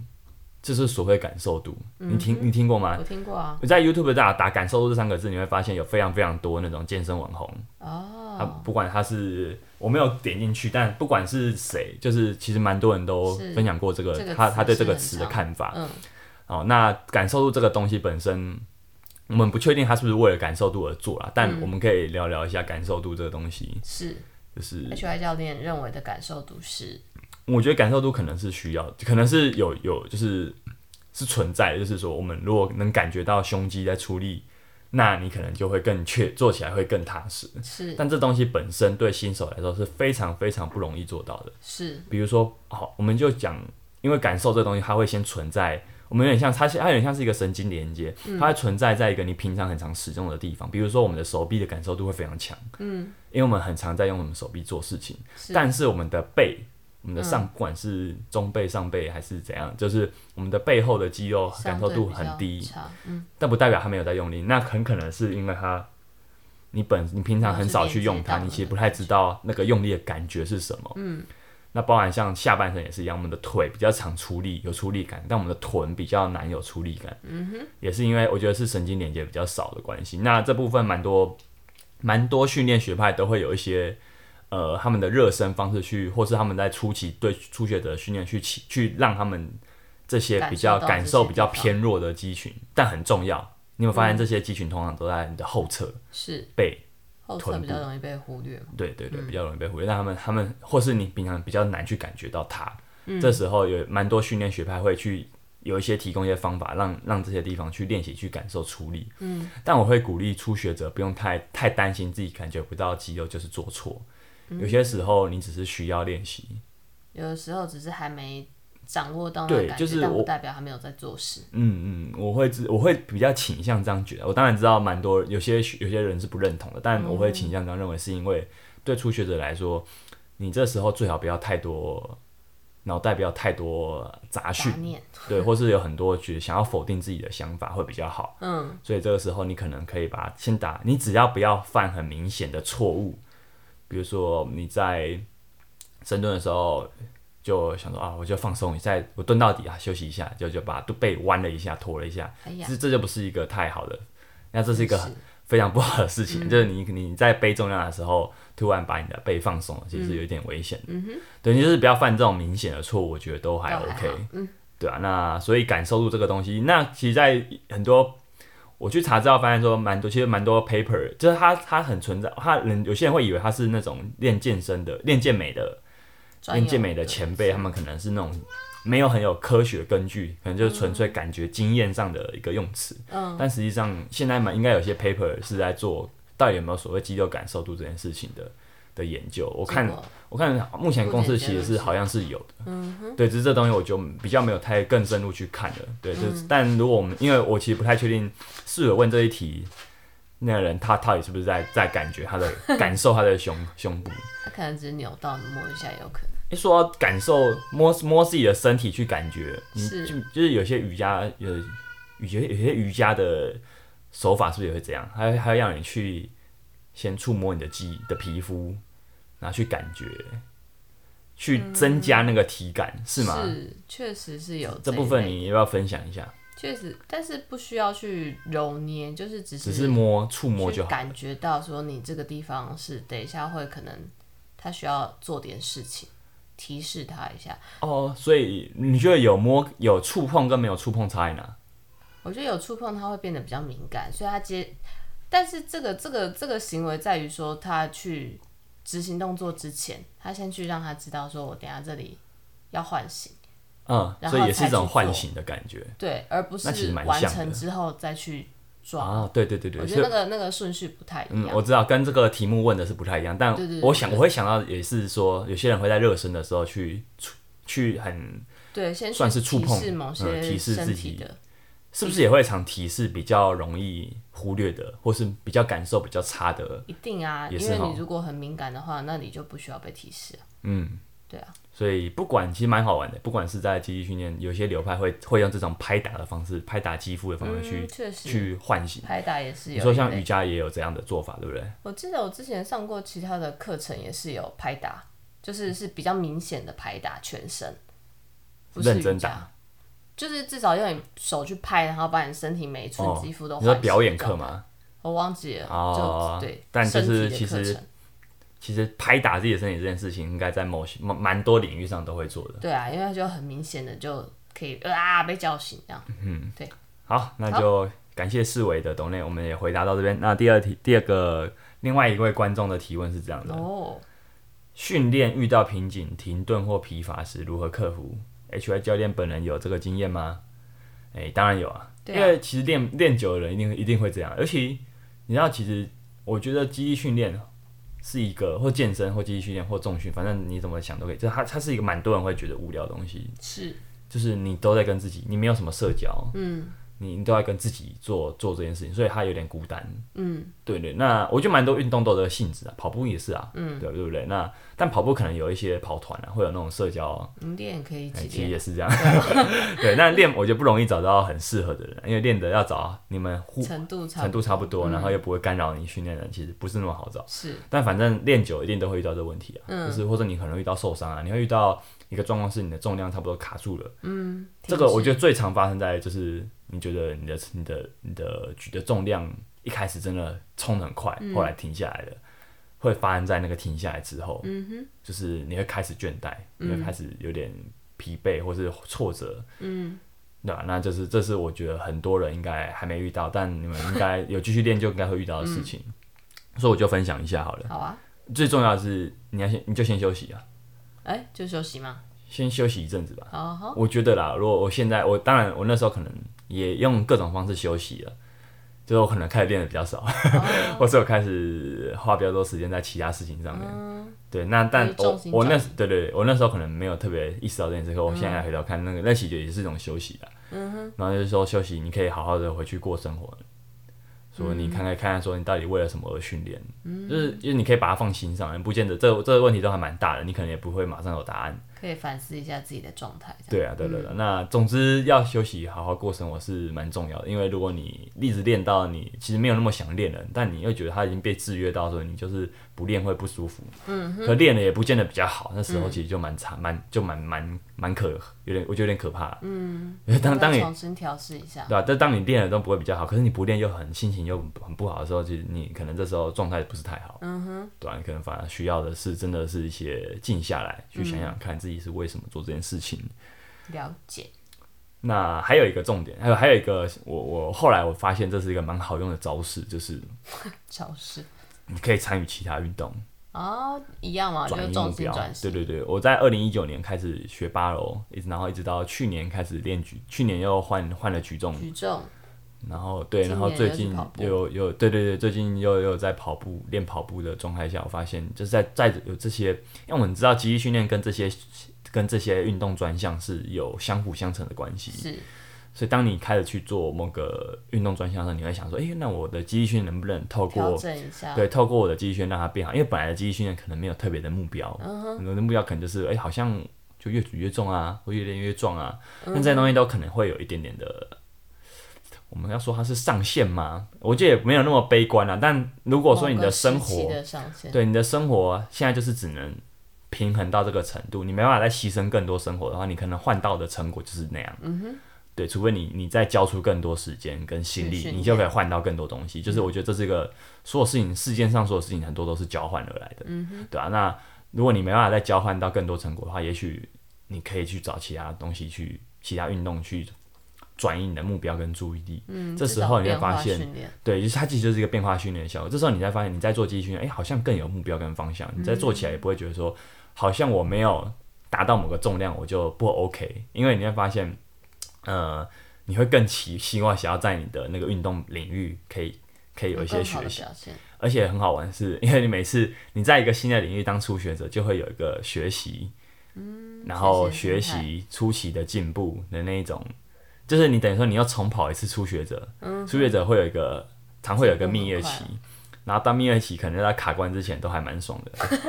Speaker 1: 这是所谓感受度。你听
Speaker 2: 嗯
Speaker 1: 你听过吗？
Speaker 2: 我听过啊，
Speaker 1: 我在 YouTube 打打“感受度”这三个字，你会发现有非常非常多那种健身网红，他
Speaker 2: 哦，
Speaker 1: 不管他是我没有点进去，但不管是谁，就是其实蛮多人都
Speaker 2: 是
Speaker 1: 分享过这个
Speaker 2: 这个
Speaker 1: 他
Speaker 2: 词
Speaker 1: 他对这
Speaker 2: 是
Speaker 1: 个
Speaker 2: 很
Speaker 1: 词的
Speaker 2: 长
Speaker 1: 看法。
Speaker 2: 嗯，
Speaker 1: 哦，那感受度这个东西本身，我们不确定他是不是为了感受度而做啦，
Speaker 2: 嗯
Speaker 1: 但我们可以聊聊一下感受度这个东西。
Speaker 2: 是
Speaker 1: 就是
Speaker 2: HY 教练认为的感受度是
Speaker 1: 我觉得感受度可能是需要，可能是有有就是是存在的，就是说我们如果能感觉到胸肌在出力，那你可能就会更确做起来会更踏实。
Speaker 2: 是
Speaker 1: 嗯但这东西本身对新手来说是非常非常不容易做到的。
Speaker 2: 是
Speaker 1: 比如说，好，我们就讲，因为感受这东西，它会先存在，我们有点像它，它有点像是一个神经连接，它会存在在一个你平常很常使用的地方。比如说，我们的手臂的感受度会非常强，嗯，因为我们很常在用我们手臂做事情，
Speaker 2: 是嗯
Speaker 1: 但是我们的背。我们的上，不管是中背、上背还是怎样，就是我们的背后的肌肉感
Speaker 2: 相
Speaker 1: 受
Speaker 2: 对
Speaker 1: 度
Speaker 2: 比
Speaker 1: 很
Speaker 2: 较
Speaker 1: 低，
Speaker 2: 差嗯，
Speaker 1: 但不代表他没有在用力，那很可能是因为他你本你平常很少去用它，
Speaker 2: 没
Speaker 1: 你
Speaker 2: 有去连接到
Speaker 1: 其实不太知道那个用力的感觉是什么。嗯，那包含像下半身也是一样，我们的腿比较常出力，有出力感，但我们的臀比较难有出力感。嗯哼，也是因为我觉得是神经连接比较少的关系。那这部分蛮多蛮多训练学派都会有一些。呃，他们的热身方式去，或是他们在初期对初学者的训练去起去让他们这些比较
Speaker 2: 感
Speaker 1: 感受
Speaker 2: 受到这些
Speaker 1: 比较
Speaker 2: 地方嗯
Speaker 1: 偏弱的肌群，但很重要。你有没有发现这些肌群通常都在你的后侧
Speaker 2: 是
Speaker 1: 背？
Speaker 2: 后侧
Speaker 1: 臀
Speaker 2: 比较容易被忽略嘛，
Speaker 1: 对对对，比较容易被忽略。但他们他们或是你平常比较难去感觉到它，这时候有蛮多训练学派会去有一些提供一些方法，让让这些地方去练习去感受出力。嗯，但我会鼓励初学者不用太太担心自己感觉不到肌肉就是做错，有些时候你只是需要练习。
Speaker 2: 有的时候只是还没掌握到那
Speaker 1: 对
Speaker 2: 个感
Speaker 1: 就
Speaker 2: 觉，
Speaker 1: 是
Speaker 2: 但不
Speaker 1: 我
Speaker 2: 代表他没有在做事。
Speaker 1: 嗯嗯，我会知我会比较倾向这样觉得。我当然知道蛮多有些有些人是不认同的，但我会
Speaker 2: 嗯
Speaker 1: 倾向这样认为，是因为对初学者来说，你这时候最好不要太多脑袋不要太多杂
Speaker 2: 杂
Speaker 1: 讯，
Speaker 2: 念
Speaker 1: 对，或是有很多觉得想要否定自己的想法会比较好。
Speaker 2: 嗯，
Speaker 1: 所以这个时候你可能可以把先打，你只要不要犯很明显的错误，比如说你在深蹲的时候就想说啊，我就放松一下，我蹲到底啊，休息一下，就就把肚背弯了一下，驼了一下，
Speaker 2: 哎呀，
Speaker 1: 这这就不是一个太好的，那这是一个
Speaker 2: 是
Speaker 1: 非常不好的事情，就是你你在背重量的时候，突然把你的背放松了，其实有一点危险。嗯哼，对，你就是不要犯这种明显的错误，我觉得都还
Speaker 2: 都还
Speaker 1: OK
Speaker 2: 好。
Speaker 1: 嗯，对啊，那所以感受度这个东西，那其实，在很多我去查资料发现说，蛮多其实蛮多 paper，就是它它很存在，它人有些人会以为它是那种练健身的、练健美的、
Speaker 2: 专
Speaker 1: 练
Speaker 2: 业
Speaker 1: 健美的前辈，他们可能是那种没有很有科学根据，可能就是纯粹感觉经验上的一个用词。
Speaker 2: 嗯，
Speaker 1: 但实际上现在蛮应该有些 paper 是在做到底有没有所谓肌肉感受度这件事情的的研究。我
Speaker 2: 我
Speaker 1: 看我看目前公司其实是好像是有的，对，只是这东西我就比较没有太更深入去看了，对，就是、但如果我们因为我其实不太确定室友问这一题。那个人他到底是不是在在感觉他的感受他的胸胸部？
Speaker 2: 他可能只是扭到摸一下也有可能，
Speaker 1: 诶说到感受摸摸自己的身体去感觉，你
Speaker 2: 是
Speaker 1: 就就是有些瑜伽有有些有些瑜伽的手法是不是也会这样？还还要让你去先触摸你的肌的皮肤，然后去感觉，去增加那个体感，是吗？
Speaker 2: 嗯是，确实是有
Speaker 1: 这
Speaker 2: 一
Speaker 1: 部分
Speaker 2: 类
Speaker 1: 你要不要分享一下？
Speaker 2: 确实，但是不需要去揉捏，就是只
Speaker 1: 只是摸触摸
Speaker 2: 去
Speaker 1: 就好，
Speaker 2: 感觉到说你这个地方是等一下会可能他需要做点事情，提示他一下。
Speaker 1: 哦，所以你觉得有摸有触碰跟没有触碰差异哪？
Speaker 2: 我觉得有触碰他会变得比较敏感，所以他接，但是这个这个这个行为在于说他去执行动作之前，他先去让他知道说我等一下这里要唤醒，
Speaker 1: 嗯，
Speaker 2: 然后
Speaker 1: 所以也是一
Speaker 2: 才
Speaker 1: 种
Speaker 2: 去
Speaker 1: 唤
Speaker 2: 做
Speaker 1: 醒的感觉
Speaker 2: 对，而不
Speaker 1: 那其实
Speaker 2: 是
Speaker 1: 蛮
Speaker 2: 完
Speaker 1: 像
Speaker 2: 成
Speaker 1: 的
Speaker 2: 之后再去抓。
Speaker 1: 啊，对对对对，
Speaker 2: 我觉
Speaker 1: 所以
Speaker 2: 得那个那个顺序不太一
Speaker 1: 嗯，
Speaker 2: 样。
Speaker 1: 我知道跟这个题目问的是不太一样，但
Speaker 2: 对对对
Speaker 1: 我想
Speaker 2: 对
Speaker 1: 我会想到也是说，有些人会在热身的时候去触去很，
Speaker 2: 对，先去
Speaker 1: 算是触碰
Speaker 2: 提示某
Speaker 1: 嗯
Speaker 2: 些
Speaker 1: 提示
Speaker 2: 身
Speaker 1: 自
Speaker 2: 体
Speaker 1: 己
Speaker 2: 的，
Speaker 1: 是不是也会常提示比较容易忽略的，或是比较感受比较差的，
Speaker 2: 一定啊，
Speaker 1: 也
Speaker 2: 因
Speaker 1: 是
Speaker 2: 为
Speaker 1: 齁
Speaker 2: 你如果很敏感的话，那你就不需要被提示啊。
Speaker 1: 嗯，
Speaker 2: 对啊，
Speaker 1: 所以不管其实蛮好玩的，不管是在肌力训练，有些流派会会用这种拍打的方式，拍打肌肤的方式去、
Speaker 2: 嗯，确实，
Speaker 1: 去唤醒。
Speaker 2: 拍打也是
Speaker 1: 你
Speaker 2: 有一类。
Speaker 1: 说像瑜伽也有这样的做法，对不对？
Speaker 2: 我记得我之前上过其他的课程，也是有拍打，就是是比较明显的拍打全身，不是
Speaker 1: 认真
Speaker 2: 瑜伽
Speaker 1: 打，
Speaker 2: 就是至少用你手去拍，然后把你身体每一寸
Speaker 1: 哦
Speaker 2: 肌肤都、
Speaker 1: 你说表演课？吗？
Speaker 2: 我忘记了，
Speaker 1: 哦
Speaker 2: 就对，
Speaker 1: 但就是
Speaker 2: 身体
Speaker 1: 其
Speaker 2: 的
Speaker 1: 实
Speaker 2: 课程
Speaker 1: 其实拍打自己的身体这件事情，应该在某些蛮蛮多领域上都会做的。
Speaker 2: 对啊，因为就很明显的就可以呃啊被叫醒 这样。
Speaker 1: 好，那就感谢世伟的懂内，我们也回答到这边。那第二题，第二个另外一位观众的提问是这样的：
Speaker 2: 哦，
Speaker 1: 训练遇到瓶颈、停顿或疲乏时，如何克服？HY 教练本人有这个经验吗？哎、当然有啊，
Speaker 2: 对啊
Speaker 1: 因为其实练练久的人一定一定会这样，而且你知道，其实我觉得肌力训练是一个或健身或肌力训练或重训，反正你怎么想都可以，就它它是一个蛮多人会觉得无聊的东西。
Speaker 2: 是
Speaker 1: 就是你都在跟自己，你没有什么社交，嗯，你你都在跟自己做做这件事情，所以他有点孤单，嗯，对对。那我觉得蛮多运动都有这个性质啊，跑步也是啊，嗯，对对不对？那但跑步可能有一些跑团啊，会有那种社交，
Speaker 2: 你练也可以一
Speaker 1: 哎
Speaker 2: 起
Speaker 1: 其实
Speaker 2: 练，
Speaker 1: 也是这样， 对。那练我觉得不容易找到很适合的人，因为练的要找你们互
Speaker 2: 程度差
Speaker 1: 程
Speaker 2: 不多
Speaker 1: 度差不多，然后又不会干扰你训练的人，其实不是那么好找。
Speaker 2: 是
Speaker 1: 但反正练久一定都会遇到这个问题啊，就是或者你可能遇到受伤啊，你会遇到一个状况是你的重量差不多卡住了。
Speaker 2: 嗯
Speaker 1: 这个我觉
Speaker 2: 得
Speaker 1: 得最常发生在就是你觉得你的你的你的举的重量一开始真的冲得很快，后来停下来了，会发生在那个停下来之后，嗯哼，就是你会开始倦怠，你会开始有点疲惫或是挫折，嗯，对吧、那就是这是我觉得很多人应该还没遇到，但你们应该有继续练就应该会遇到的事情，所以我就分享一下好了。
Speaker 2: 好啊，
Speaker 1: 最重要的是你要先你就先休息啊，
Speaker 2: 哎、就休息嘛，
Speaker 1: 先休息一阵子吧。
Speaker 2: 好好
Speaker 1: 我觉得啦，如果我现在我当然我那时候可能也用各种方式休息了，就是我可能开始练的比较少，
Speaker 2: 哦
Speaker 1: 或者我开始花比较多时间在其他事情上面。对，那但
Speaker 2: 就是嗯重
Speaker 1: 我
Speaker 2: 心
Speaker 1: 我那
Speaker 2: 转移嗯
Speaker 1: 对对，对我那时候可能没有特别意识到这件事，可我现在回头看那个，那其实也是一种休息啦。然后就是说休息，你可以好好的回去过生活。说你
Speaker 2: 嗯
Speaker 1: 看看看看，说你到底为了什么而训练？就是就是你可以把它放心上，不见得这这个问题都还蛮大的，你可能也不会马上有答案。
Speaker 2: 可以反思一下自己的状态，这样
Speaker 1: 对啊，对对对。那总之要休息，好好过生活是蛮重要的，因为如果你一直练到你其实没有那么想练了，但你又觉得它已经被制约到，所以你就是不练会不舒服。嗯，可练了也不见得比较好，那时候其实就蛮惨，蛮就蛮蛮蛮可有点，我觉得有点可怕。嗯，当当
Speaker 2: 再
Speaker 1: 你
Speaker 2: 重新调试一下，
Speaker 1: 对啊，但当你练了都不会比较好，可是你不练又很心情又很很不好的时候，其实你可能这时候状态不是太好。嗯哼，对啊，你可能反而需要的是真的是一些静下来，去想想看自己是为什么做这件事情。
Speaker 2: 了解，
Speaker 1: 那还有一个重点，还有还有一个，我我后来我发现这是一个蛮好用的招式，就是
Speaker 2: 调试
Speaker 1: 你可以参与其他运动，
Speaker 2: 哦，一样嘛，就
Speaker 1: 转
Speaker 2: 是
Speaker 1: 移目
Speaker 2: 重心
Speaker 1: 标
Speaker 2: 转。移，
Speaker 1: 对对对，我在二零一九年开始学八楼，一直然后一直到去年开始练举，去年又换换了举重，
Speaker 2: 举重
Speaker 1: 然后对，
Speaker 2: 今
Speaker 1: 然后
Speaker 2: 年
Speaker 1: 最
Speaker 2: 又去
Speaker 1: 近
Speaker 2: 跑步
Speaker 1: 又又对对对，最近又又在跑步练跑步的状态下，我发现就是在在有这些，因为我们知道肌力训练跟这些跟这些运动专项是有相辅相成的关系，
Speaker 2: 是
Speaker 1: 所以当你开始去做某个运动专项的时候，你会想说，哎、那我的肌力训练能不能透
Speaker 2: 调
Speaker 1: 过
Speaker 2: 整一下，
Speaker 1: 对，透过我的肌力训练让它变好，因为本来的肌力训练可能没有特别的目标，
Speaker 2: 嗯
Speaker 1: 很多的目标可能就是哎、好像就越举越重啊，或越练越壮啊，
Speaker 2: 嗯
Speaker 1: 那这些东西都可能会有一点点的，我们要说它是上限吗？我觉得也没有那么悲观啊。但如果说你的生
Speaker 2: 某个时期
Speaker 1: 活，
Speaker 2: 的上限，
Speaker 1: 对你的生活现在就是只能平衡到这个程度，你没办法再牺牲更多生活的话，你可能换到的成果就是那样。嗯对，除非你你再交出更多时间跟心
Speaker 2: 去
Speaker 1: 力，
Speaker 2: 训
Speaker 1: 你就可以
Speaker 2: 练
Speaker 1: 换到更多东西。
Speaker 2: 嗯
Speaker 1: 就是我觉得这是一个所有事情，世界上所有事情很多都是交换而来的。嗯对啊，那如果你没办法再交换到更多成果的话，也许你可以去找其他东西去，其他运动去转移你的目标跟注意力。
Speaker 2: 嗯，
Speaker 1: 这
Speaker 2: 至
Speaker 1: 时
Speaker 2: 少
Speaker 1: 候你会
Speaker 2: 变
Speaker 1: 发
Speaker 2: 化
Speaker 1: 现
Speaker 2: 训练
Speaker 1: 对，就是它其实就是一个变化训练的效果。这时候你才发现，你在做记忆训练，哎、好像更有目标跟方向。你在做起
Speaker 2: 嗯
Speaker 1: 来也不会觉得说，好像我没有达到某个重量，我就不 OK。因为你会发现，呃，你会更期希望想要在你的那个运动领域可以可以有一些
Speaker 2: 更好
Speaker 1: 学
Speaker 2: 的
Speaker 1: 习，
Speaker 2: 表现，
Speaker 1: 而且很好玩是，因为你每次你在一个新的领域当初学者，就会有一个学习，嗯，然后学
Speaker 2: 学习的心
Speaker 1: 习初期的进步的那一种，就是你等于说你要重跑一次初学者，嗯，初学者会有一个常会有一个蜜月期
Speaker 2: 进步。
Speaker 1: 然后到蜜月期，可能在卡关之前都还蛮爽的，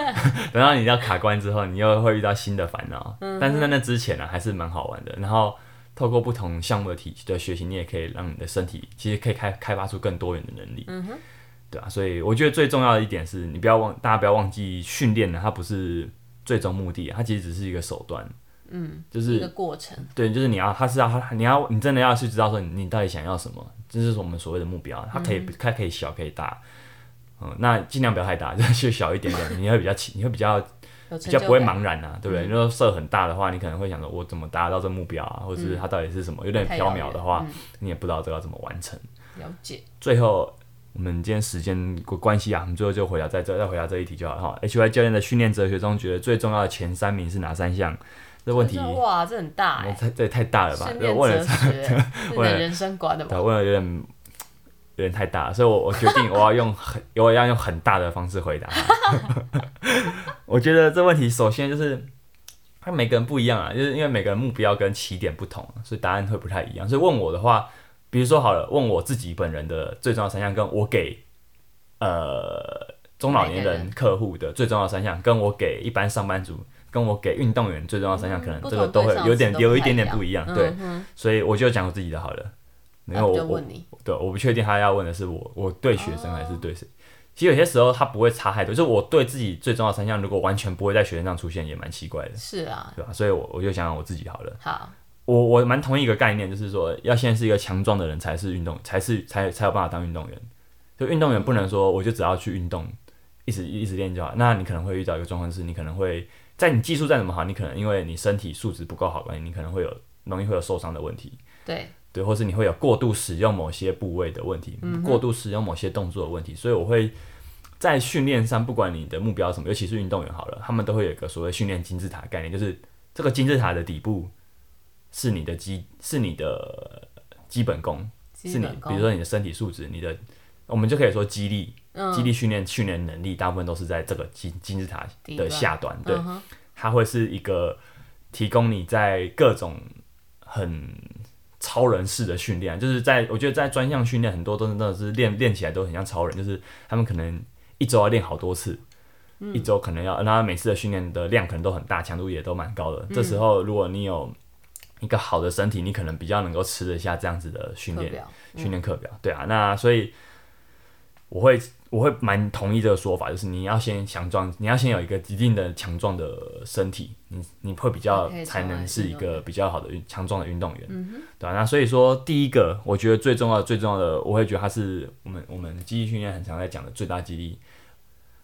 Speaker 1: 等到你要卡关之后，你又会遇到新的烦恼。
Speaker 2: 嗯
Speaker 1: 但是在那之前呢、还是蛮好玩的。然后透过不同项目的体的学习，你也可以让你的身体其实可以开开发出更多元的能力。
Speaker 2: 嗯
Speaker 1: 对啊，所以我觉得最重要的一点是你不要忘，大家不要忘记训练呢，它不是最终目的，它其实只是一个手段。嗯，就
Speaker 2: 一个
Speaker 1: 是
Speaker 2: 过程，
Speaker 1: 对，就是你要，它是要，它你要，你真的要去知道说你你到底想要什么，这是我们所谓的目标。它
Speaker 2: 嗯
Speaker 1: 可以，它可以小，可以大。嗯，那尽量不要太大， 就是小一点点，你会比较起，你会比较
Speaker 2: 有
Speaker 1: 比
Speaker 2: 成
Speaker 1: 较
Speaker 2: 就
Speaker 1: 不会
Speaker 2: 感嗯
Speaker 1: 茫然啊，对不对？如果设很大的话，你可能会想说，我怎么达到这目标啊，或者是它到底是什么，有点
Speaker 2: 太
Speaker 1: 缥缈
Speaker 2: 遥远嗯
Speaker 1: 的话，你也不知道这个要怎么完成。
Speaker 2: 了解，
Speaker 1: 最后，我们今天时间关系啊，我们最后就回答在这，再回答这一题就好了哈。H Y 教练的训练哲学中，觉得最重要的前三名是哪三项？这问题，
Speaker 2: 我说哇，这很大哎，
Speaker 1: 太这也太大了吧？
Speaker 2: 训
Speaker 1: 这
Speaker 2: 练
Speaker 1: 问
Speaker 2: 哲
Speaker 1: 了，
Speaker 2: 学，是你
Speaker 1: 为了
Speaker 2: 的人生观的
Speaker 1: 对，
Speaker 2: 吧？
Speaker 1: 问了有点有点太大了，所以我我决定我要用很， 我要用很大的方式回答它。 我觉得这问题首先就是。他每个人不一样啊，就是因为每个人目标跟起点不同，所以答案会不太一样。所以问我的话，比如说好了，问我自己本人的最重要的三项，跟我给呃中老年
Speaker 2: 每个人
Speaker 1: 人客户的最重要的三项，跟我给一般上班族，跟我给运动员最重要的三项，可能
Speaker 2: 嗯不
Speaker 1: 这个
Speaker 2: 同
Speaker 1: 都会
Speaker 2: 对象
Speaker 1: 有点
Speaker 2: 词都
Speaker 1: 有
Speaker 2: 不
Speaker 1: 一
Speaker 2: 太
Speaker 1: 点
Speaker 2: 一
Speaker 1: 点
Speaker 2: 样
Speaker 1: 不一样。
Speaker 2: 嗯
Speaker 1: 对，所以我就讲我自己的好了，因为
Speaker 2: 那我就
Speaker 1: 我我
Speaker 2: 问啊你，
Speaker 1: 对我不确定他要问的是我我对学生还是对
Speaker 2: 哦
Speaker 1: 谁。其实有些时候他不会差太多，就是我对自己最重要的三项，如果完全不会在学生上出现，也蛮奇怪的，
Speaker 2: 是啊，
Speaker 1: 对吧？所以我我就想想我自己好了。
Speaker 2: 好，
Speaker 1: 我我蛮同意一个概念，就是说，要先是一个强壮的人才是运动，才是才才有办法当运动员。就运动员不能说我就只要去运动，一直一直练就好。那你可能会遇到一个状况是，你可能会在你技术再怎么好，你可能因为你身体素质不够好，关系你可能会有容易会有受伤的问题，
Speaker 2: 对，
Speaker 1: 对，或是你会有过度使用某些部位的问题，
Speaker 2: 嗯
Speaker 1: 过度使用某些动作的问题。所以我会在训练上，不管你的目标是什么，尤其是运动员好了，他们都会有一个所谓训练金字塔概念，就是这个金字塔的底部是你的基，是你的基本功，
Speaker 2: 基
Speaker 1: 是你
Speaker 2: 本
Speaker 1: 比
Speaker 2: 功
Speaker 1: 如，说你的身体素质，你的我们就可以说肌力，
Speaker 2: 嗯
Speaker 1: 肌力训练训练能力，大部分都是在这个金金字塔
Speaker 2: 底
Speaker 1: 的
Speaker 2: 端
Speaker 1: 下端，对，
Speaker 2: 嗯哼
Speaker 1: 它会是一个提供你在各种很超人式的训练，就是在我觉得在专项训练很多都是真的是练练起来都很像超人，就是他们可能一周要练好多次，一周可能要，那他每次的训练的量可能都很大，强度也都蛮高的。这时候如果你有一个好的身体，你可能比较能够吃得下这样子的训
Speaker 2: 课
Speaker 1: 练。
Speaker 2: 表，
Speaker 1: 训练课表，对啊，那所以我会我会蛮同意这个说法，就是你要先强壮，你要先有一个一定的强壮的身体，你你会比较
Speaker 2: 才可以
Speaker 1: 才
Speaker 2: 成为
Speaker 1: 能是一
Speaker 2: 运动嗯
Speaker 1: 个比较好的运强壮的运动员，对啊，那所以说第一个，我觉得最重要的最重要的，我会觉得它是我们我们记忆训练很常在讲的最大肌力。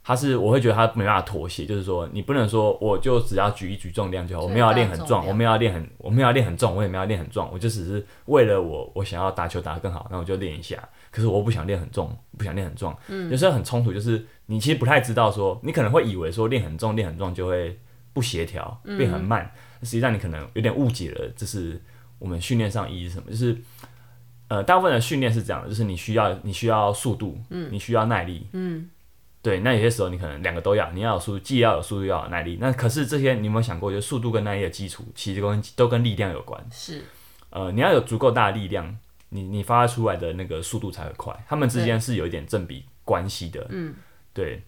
Speaker 1: 它是，我会觉得它没办法妥协，就是说，你不能说我就只要举一举重量就好，我
Speaker 2: 最
Speaker 1: 没有要
Speaker 2: 大
Speaker 1: 练很
Speaker 2: 重
Speaker 1: 壮，
Speaker 2: 量
Speaker 1: 我没有要练很，我没有要练很重，我也没有要练很壮，我就只是为了我我想要打球打得更好，那我就练一下。可是我不想练很重，不想练很壮，有时候很冲突，就是你其实不太知道说，你可能会以为说练很重练很重就会不协调，变很慢，实际上你可能有点误解了，就是我们训练上意义是什么，就是。呃，大部分的训练是这样的，就是你需要你需要速度，嗯，你需要耐力，嗯，对。那有些时候你可能两个都要，你要有速度，既要有速度，又要有耐力。那可是这些你有没有想过，就是速度跟耐力的基础，其实都跟都跟力量有关。
Speaker 2: 是
Speaker 1: 呃，你要有足够大的力量，你你发出来的那个速度才会快。他们之间是有一点正比关系的，嗯，对。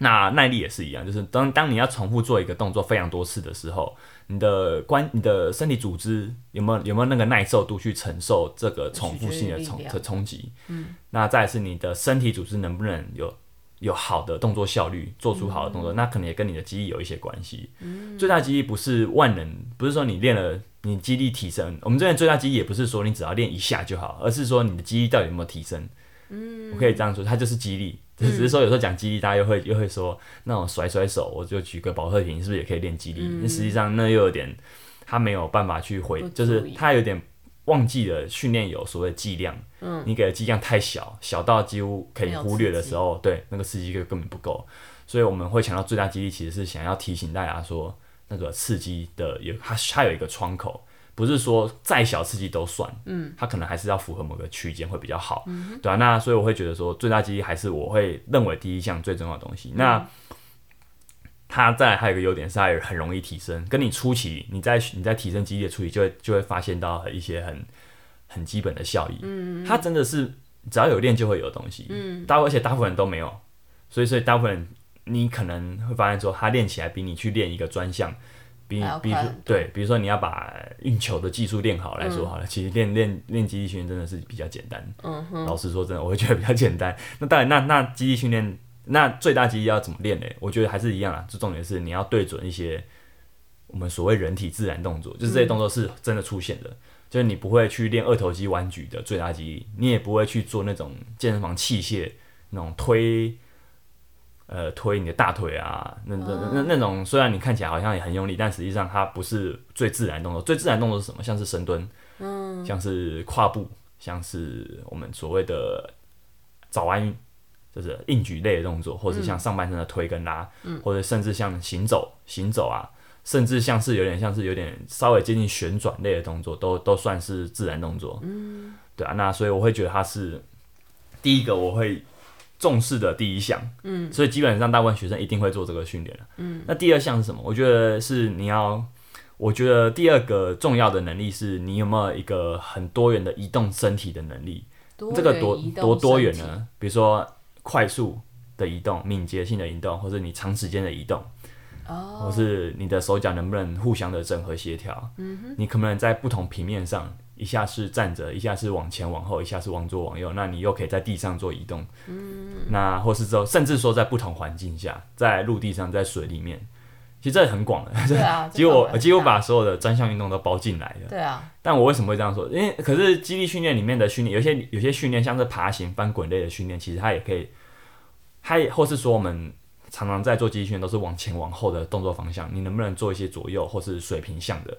Speaker 1: 那耐力也是一样，就是当当你要重复做一个动作非常多次的时候，你的关你的身体组织有没有有没有那个耐受度去承受这个重复性的
Speaker 2: 取决于
Speaker 1: 冲
Speaker 2: 力量
Speaker 1: 的冲击？嗯，那再来是你的身体组织能不能有有好的动作效率，做出好的
Speaker 2: 嗯
Speaker 1: 动作，那可能也跟你的肌力有一些关系。最大肌力不是万能，不是说你练了你肌力提升。我们这边最大肌力也不是说你只要练一下就好，而是说你的肌力到底有没有提升。嗯，我可以这样说，它就是肌力。
Speaker 2: 嗯
Speaker 1: 只是说有时候讲肌力，大家又会又会说那种甩甩手，我就举个保特瓶，是不是也可以练肌力？那、实际上那又有点，他没有办法去回
Speaker 2: 嗯不，
Speaker 1: 就是
Speaker 2: 注意
Speaker 1: 他有点忘记了训练有所谓的剂量。嗯，你给的剂量太小，小到几乎可以
Speaker 2: 没有
Speaker 1: 忽略的
Speaker 2: 刺激
Speaker 1: 时候，对那个刺激就根本不够。所以我们会强调最大肌力，其实是想要提醒大家说，那个刺激的有它它有一个窗口，不是说再小刺激都算，嗯，它可能还是要符合某个区间会比较好，对啊，那所以我会觉得说，最大肌力还是我会认为第一项最重要的东
Speaker 2: 嗯
Speaker 1: 西。那它再来还有一个优点是，它也很容易提升。跟你初期，你在你在提升肌力的初期，就会就会发现到一些很很基本的效益。嗯，它真的是只要有练就会有的东西。嗯，大而且大部分人都没有，所以所以大部分人你可能会发现说，他练起来比你去练一个专项，比
Speaker 2: 还要
Speaker 1: 比如
Speaker 2: 快
Speaker 1: 说
Speaker 2: 很
Speaker 1: 对，比如说你要把运球的技术练好来说好了，其实练练练肌力训练真的是比较简单。
Speaker 2: 嗯哼，
Speaker 1: 老实说真的，我会觉得比较简单。那当然，那那肌力训练，那最大肌力要怎么练呢？我觉得还是一样啊，就重点是你要对准一些我们所谓人体自然动作，就是
Speaker 2: 嗯
Speaker 1: 这些动作是真的出现的。就是你不会去练二头肌弯举的最大肌力，你也不会去做那种健身房器械那种推，呃，推你的大腿啊，那那那那那种虽然你看起来好像也很用力，但实际上它不是最自然的动作。最自然的动作是什么？像是深蹲，嗯，像是跨步，像是我们所谓的早安运，就是硬举类的动作，或者像上半身的推跟拉，或者甚至像行走、行走啊，甚至像是有点像是有点稍微接近旋转类的动作，都都算是自然动作。嗯，对啊，那所以我会觉得它是第一个我会重视的第一项。嗯，所以基本上大部分学生一定会做这个训练了。嗯，那第二项是什么？我觉得是你要。我觉得第二个重要的能力是你有没有一个很多元的移动身体的能力。
Speaker 2: 多
Speaker 1: 这个
Speaker 2: 元
Speaker 1: 多
Speaker 2: 移动
Speaker 1: 多多元
Speaker 2: 身体？
Speaker 1: 呢？比如说快速的移动、敏捷性的移动，或者你长时间的移动，
Speaker 2: 哦，
Speaker 1: 或是你的手脚能不能互相的整合协调？嗯、你可不能在不同平面上，一下是站着，一下是往前往后，一下是往左往右，那你又可以在地上做移动。嗯、那或是之后，甚至说在不同环境下，在陆地上，在水里面，其实这很广的，
Speaker 2: 对 啊，
Speaker 1: 几乎
Speaker 2: 这个
Speaker 1: 我
Speaker 2: 很
Speaker 1: 几乎
Speaker 2: 大
Speaker 1: 把所有的专项运动都包进来了。
Speaker 2: 对啊，
Speaker 1: 但我为什么会这样说？因为可是肌力训练里面的训练，有些有些训练像是爬行、翻滚类的训练，其实它也可以，它也或是说我们常常在做肌力训练都是往前往后的动作方向，你能不能做一些左右或是水平向的？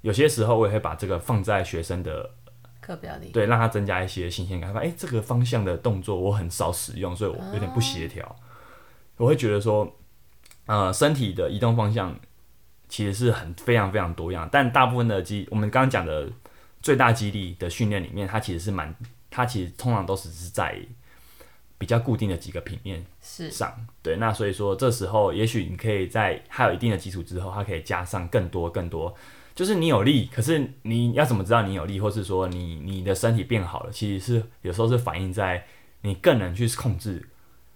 Speaker 1: 有些时候我也会把这个放在学生的
Speaker 2: 课表里
Speaker 1: 对，让他增加一些新鲜感。他说：“哎、这个方向的动作我很少使用，所以我有点不协调。我会觉得说，呃，身体的移动方向其实是很非常非常多样，但大部分的肌，我们刚刚讲的最大肌力的训练里面，它其实是蛮，它其实通常都只是在比较固定的几个平面
Speaker 2: 是
Speaker 1: 上。对，那所以说这时候，也许你可以在还有一定的基础之后，它可以加上更多更多。就是你有力，可是你要怎么知道你有力，或是说你你的身体变好了，其实是有时候是反映在你更能去控制、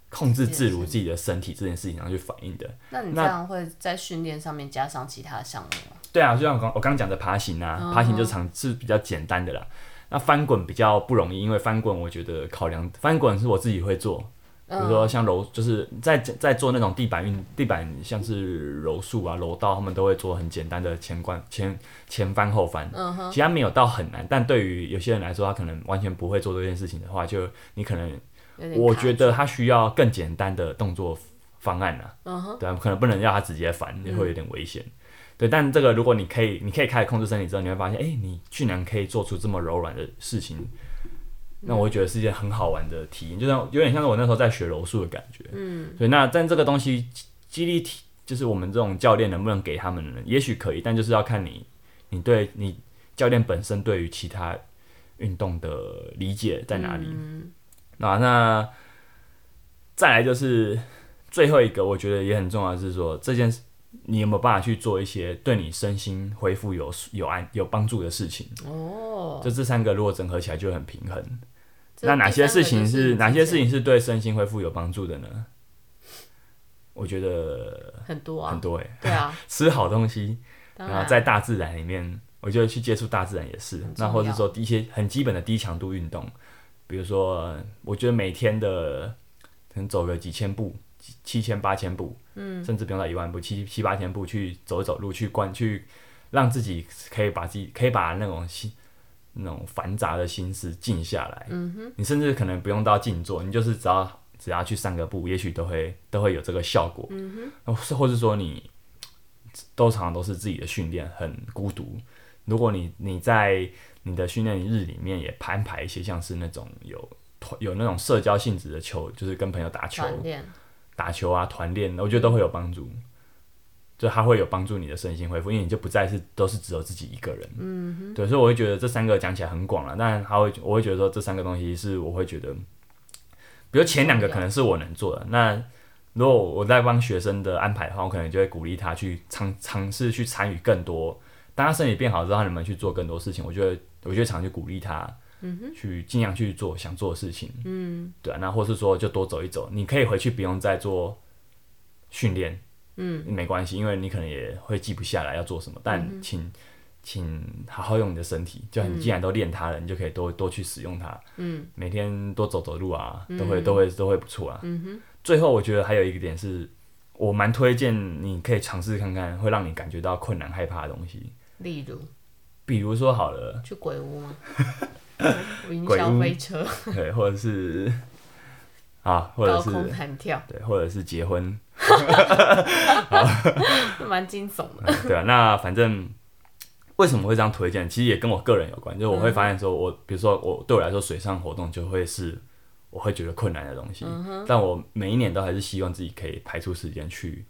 Speaker 1: 控制自如自己的身体这件事情上去反映的。
Speaker 2: 那你这
Speaker 1: 那
Speaker 2: 样会在训练上面加上其他项目吗？
Speaker 1: 对啊，就像我刚我刚讲的爬行啊，爬行就常是比较简单的啦。那翻滚比较不容易，因为翻滚我觉得考量翻滚是我自己会做，比如说像柔，就是在在做那种地板运地板，像是柔术啊、柔道，他们都会做很简单的前关前前翻后翻。其实它没有到很难，但对于有些人来说，他可能完全不会做这件事情的话，就你可能
Speaker 2: 有点
Speaker 1: 我
Speaker 2: 卡
Speaker 1: 觉得他需要更简单的动作方案啊，
Speaker 2: 嗯
Speaker 1: 对啊，可能不能让他直接翻，也会有点危险。对，但这个如果你可以，你可以开始控制身体之后，你会发现，哎、你居然可以做出这么柔软的事情，那我会觉得是一件很好玩的体验，就像有点像是我那时候在学柔术的感觉。嗯，对，那但这个东西激激励体，就是我们这种教练能不能给他们呢？也许可以，但就是要看你，你对你教练本身对于其他运动的理解在哪里。啊，那再来就是最后一个，我觉得也很重要，是说这件事你有没有办法去做一些对你身心恢复有有安有帮助的事情？
Speaker 2: 哦，
Speaker 1: 就这三个如果整合起来就很平衡。
Speaker 2: 这
Speaker 1: 那哪些事情
Speaker 2: 第三个就是
Speaker 1: 哪些
Speaker 2: 之
Speaker 1: 事
Speaker 2: 前
Speaker 1: 情是对身心恢复有帮助的呢？我觉得
Speaker 2: 很多
Speaker 1: 很
Speaker 2: 啊？
Speaker 1: 多诶，
Speaker 2: 对啊，
Speaker 1: 吃好东西，
Speaker 2: 当
Speaker 1: 然后在大自然里面，我觉得去接触大自然也是
Speaker 2: 很。重
Speaker 1: 那
Speaker 2: 要
Speaker 1: 或者说一些很基本的低强度运动，比如说，呃我觉得每天的可能走个几千步、几七千八千步，嗯，甚至不用到一万步，七七八千步去走一走路，去观去让自己可以把自己可以把那种心。那种繁杂的心思静下来，嗯哼，你甚至可能不用到静坐，你就是只要只要去散个步，也许都会都会有这个效果，嗯哼，或是说你都常常都是自己的训练，很孤独。如果你你在你的训练日里面也安排一些像是那种有团有那种社交性质的球，就是跟朋友打球、
Speaker 2: 团练
Speaker 1: 打球啊、团练，我觉得都会有帮助。就它会有帮助你的身心恢复，因为你就不再是都是只有自己一个人。嗯哼，对，所以我会觉得这三个讲起来很广了，但它会我会觉得说这三个东西是我会觉得，比如前两个可能是我能做的，那如果我在帮学生的安排的话，我可能就会鼓励他去尝尝试去参与更多。当他身体变好之后，他能不能去做更多事情？我觉得，我就会常去鼓励他，嗯哼，去尽量去做想做的事情，嗯，对啊。那或是说，就多走一走，你可以回去不用再做训练，嗯，没关系，因为你可能也会记不下来要做什么，但请、请好好用你的身体，就你既然都练它了，你就可以多多去使用它，嗯，每天多走走路啊，都会、都会都会不错啊，嗯哼。最后我觉得还有一个点是，我蛮推荐你可以尝试看看，会让你感觉到困难害怕的东西，
Speaker 2: 例如
Speaker 1: 比如说好 了，
Speaker 2: 去鬼屋吗？云
Speaker 1: 鬼
Speaker 2: 霄
Speaker 1: 屋
Speaker 2: 飞车、
Speaker 1: 对，或者是 啊，或者
Speaker 2: 高
Speaker 1: 是
Speaker 2: 空弹跳，
Speaker 1: 对，或者是结婚，
Speaker 2: 蛮惊悚的。
Speaker 1: 嗯对啊，那反正为什么会这样推荐？其实也跟我个人有关，就是
Speaker 2: 嗯
Speaker 1: 我会发现说我，比如说我对我来说，水上活动就会是我会觉得困难的东西，
Speaker 2: 嗯
Speaker 1: 但我每一年都还是希望自己可以排出时间去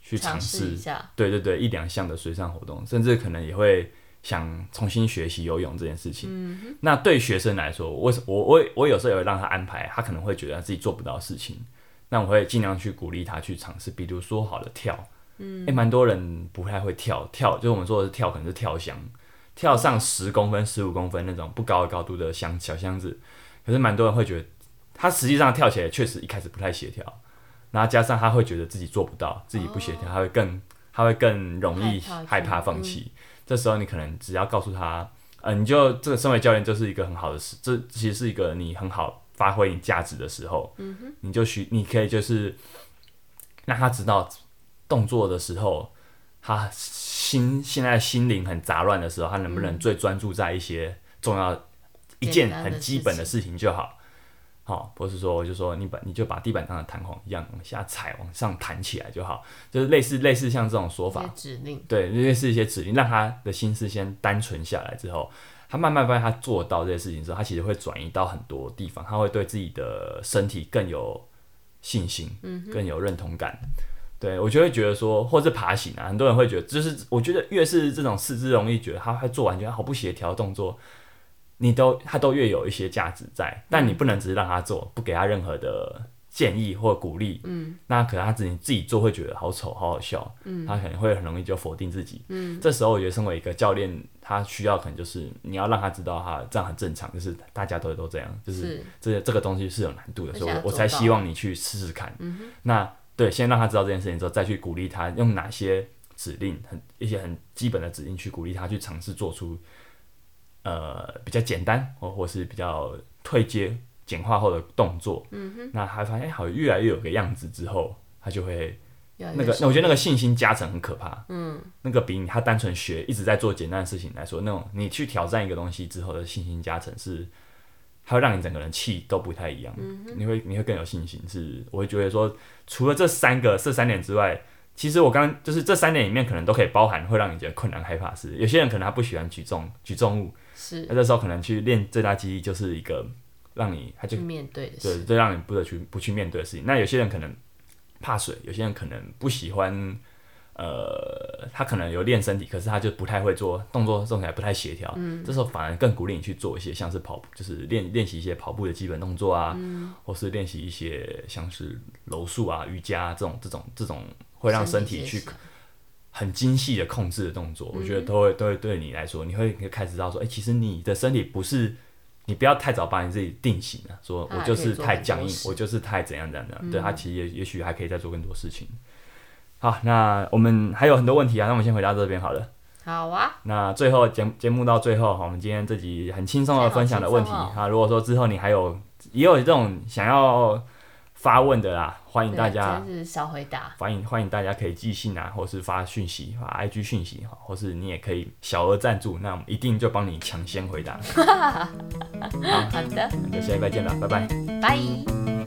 Speaker 1: 去尝
Speaker 2: 尝试
Speaker 1: 试
Speaker 2: 一下，
Speaker 1: 对对对，一两项的水上活动，甚至可能也会想重新学习游泳这件事情。
Speaker 2: 嗯
Speaker 1: 那对学生来说，我我我我有时候也会让他安排，他可能会觉得他自己做不到的事情，那我会尽量去鼓励他去尝试，比如说好了跳，嗯，诶，蛮多人不太会跳，跳就是我们说的是跳，可能是跳箱，跳上十公分、十五公分那种不高的高度的箱小箱子，可是蛮多人会觉得他实际上跳起来确实一开始不太协调。然后加上他会觉得自己做不到，自己不协调，他会更他会更容易
Speaker 2: 害怕
Speaker 1: 哦害怕嗯放弃。这时候你可能只要告诉他，呃，你就这个身为教练就是一个很好的时，这其实是一个你很好发挥你价值的时候。嗯哼，你就许你可以就是让他知道动作的时候，他心现在心灵很杂乱的时候，他能不能最专注在一些重要、一件
Speaker 2: 简单的
Speaker 1: 很基本的事情就好。好，不是说我就说你把你就把地板上的弹簧一样往下踩，往上弹起来就好，就是类似类似像这种说
Speaker 2: 一
Speaker 1: 法
Speaker 2: 些，指令，
Speaker 1: 对，类似一些指令，让他的心思先单纯下来之后，他慢慢发现他做到这些事情之后，他其实会转移到很多地方，他会对自己的身体更有信心，更有认同感。对我就会觉得说，或是爬行啊，很多人会觉得，就是我觉得越是这种四肢容易觉得他他做完觉得好不协调的动作，你都他都越有一些价值在，但你不能只是让他做，不给他任何的建议或鼓励，嗯，那可能他自己自己做会觉得好丑，好好笑，嗯，他可能会很容易就否定自己，嗯，这时候我觉得身为一个教练，他需要可能就是你要让他知道他这样很正常，就是大家都都这样，就是
Speaker 2: 是
Speaker 1: 这这个东西是有难度的，
Speaker 2: 而且
Speaker 1: 所以我
Speaker 2: 他
Speaker 1: 我
Speaker 2: 做
Speaker 1: 才
Speaker 2: 到
Speaker 1: 希望你去试试看，嗯、那对，先让他知道这件事情之后，再去鼓励他用哪些指令，很一些很基本的指令去鼓励他去尝试做出，呃，比较简单或或是比较退阶、简化后的动作。嗯哼，那他发现哎，好像越来越有个样子之后，他就会
Speaker 2: 越来越
Speaker 1: 那个，
Speaker 2: 熟
Speaker 1: 那我觉得那个信心加成很可怕。嗯，那个比你他单纯学一直在做简单的事情来说，那种你去挑战一个东西之后的信心加成是，它会让你整个人气都不太一样。你会你会更有信心。是，我会觉得说，除了这三个这三点之外，其实我刚就是这三点里面可能都可以包含会让你觉得困难害怕的事。有些人可能他不喜欢举重举重物，
Speaker 2: 是
Speaker 1: 那这时候可能去练最大肌力就是一个让你他就
Speaker 2: 去面对的
Speaker 1: 对，
Speaker 2: 事，
Speaker 1: 最让你不得去不去面对的事情。那有些人可能怕水，有些人可能不喜欢，呃，他可能有练身体，可是他就不太会做动作，动起来不太协调。这时候反而更鼓励你去做一些像是跑步，就是练练习一些跑步的基本动作啊，或是练习一些像是柔术啊、瑜伽啊这种这种这种会让身体去嗯
Speaker 2: 接触
Speaker 1: 很精细的控制的动作，我觉得都会都会对你来说，你会开始知道说，哎、其实你的身体不是，你不要太早把你自己定型了、说
Speaker 2: 它
Speaker 1: 我
Speaker 2: 还
Speaker 1: 就
Speaker 2: 啊可以
Speaker 1: 是
Speaker 2: 做
Speaker 1: 太
Speaker 2: 很
Speaker 1: 僵
Speaker 2: 多
Speaker 1: 硬，
Speaker 2: 事嗯
Speaker 1: 我就是太怎样怎样怎样，对他其实也也许还可以再做更多事情。好，那我们还有很多问题啊，那我们先回答这边好了。
Speaker 2: 好啊，
Speaker 1: 那最后节节目到最后，哈我们今天这集很轻松的分享的问题
Speaker 2: 今天好轻哦
Speaker 1: 啊，如果说之后你还有也有这种想要发问的啦，欢迎
Speaker 2: 对
Speaker 1: 大家
Speaker 2: 真是小回答，
Speaker 1: 欢迎欢迎大家可以寄信啊，或是发讯息发 IG 讯息，或是你也可以小额赞助，那我们一定就帮你 抢先回答。
Speaker 2: 好的，
Speaker 1: 那就下礼拜见了，拜拜。
Speaker 2: 拜。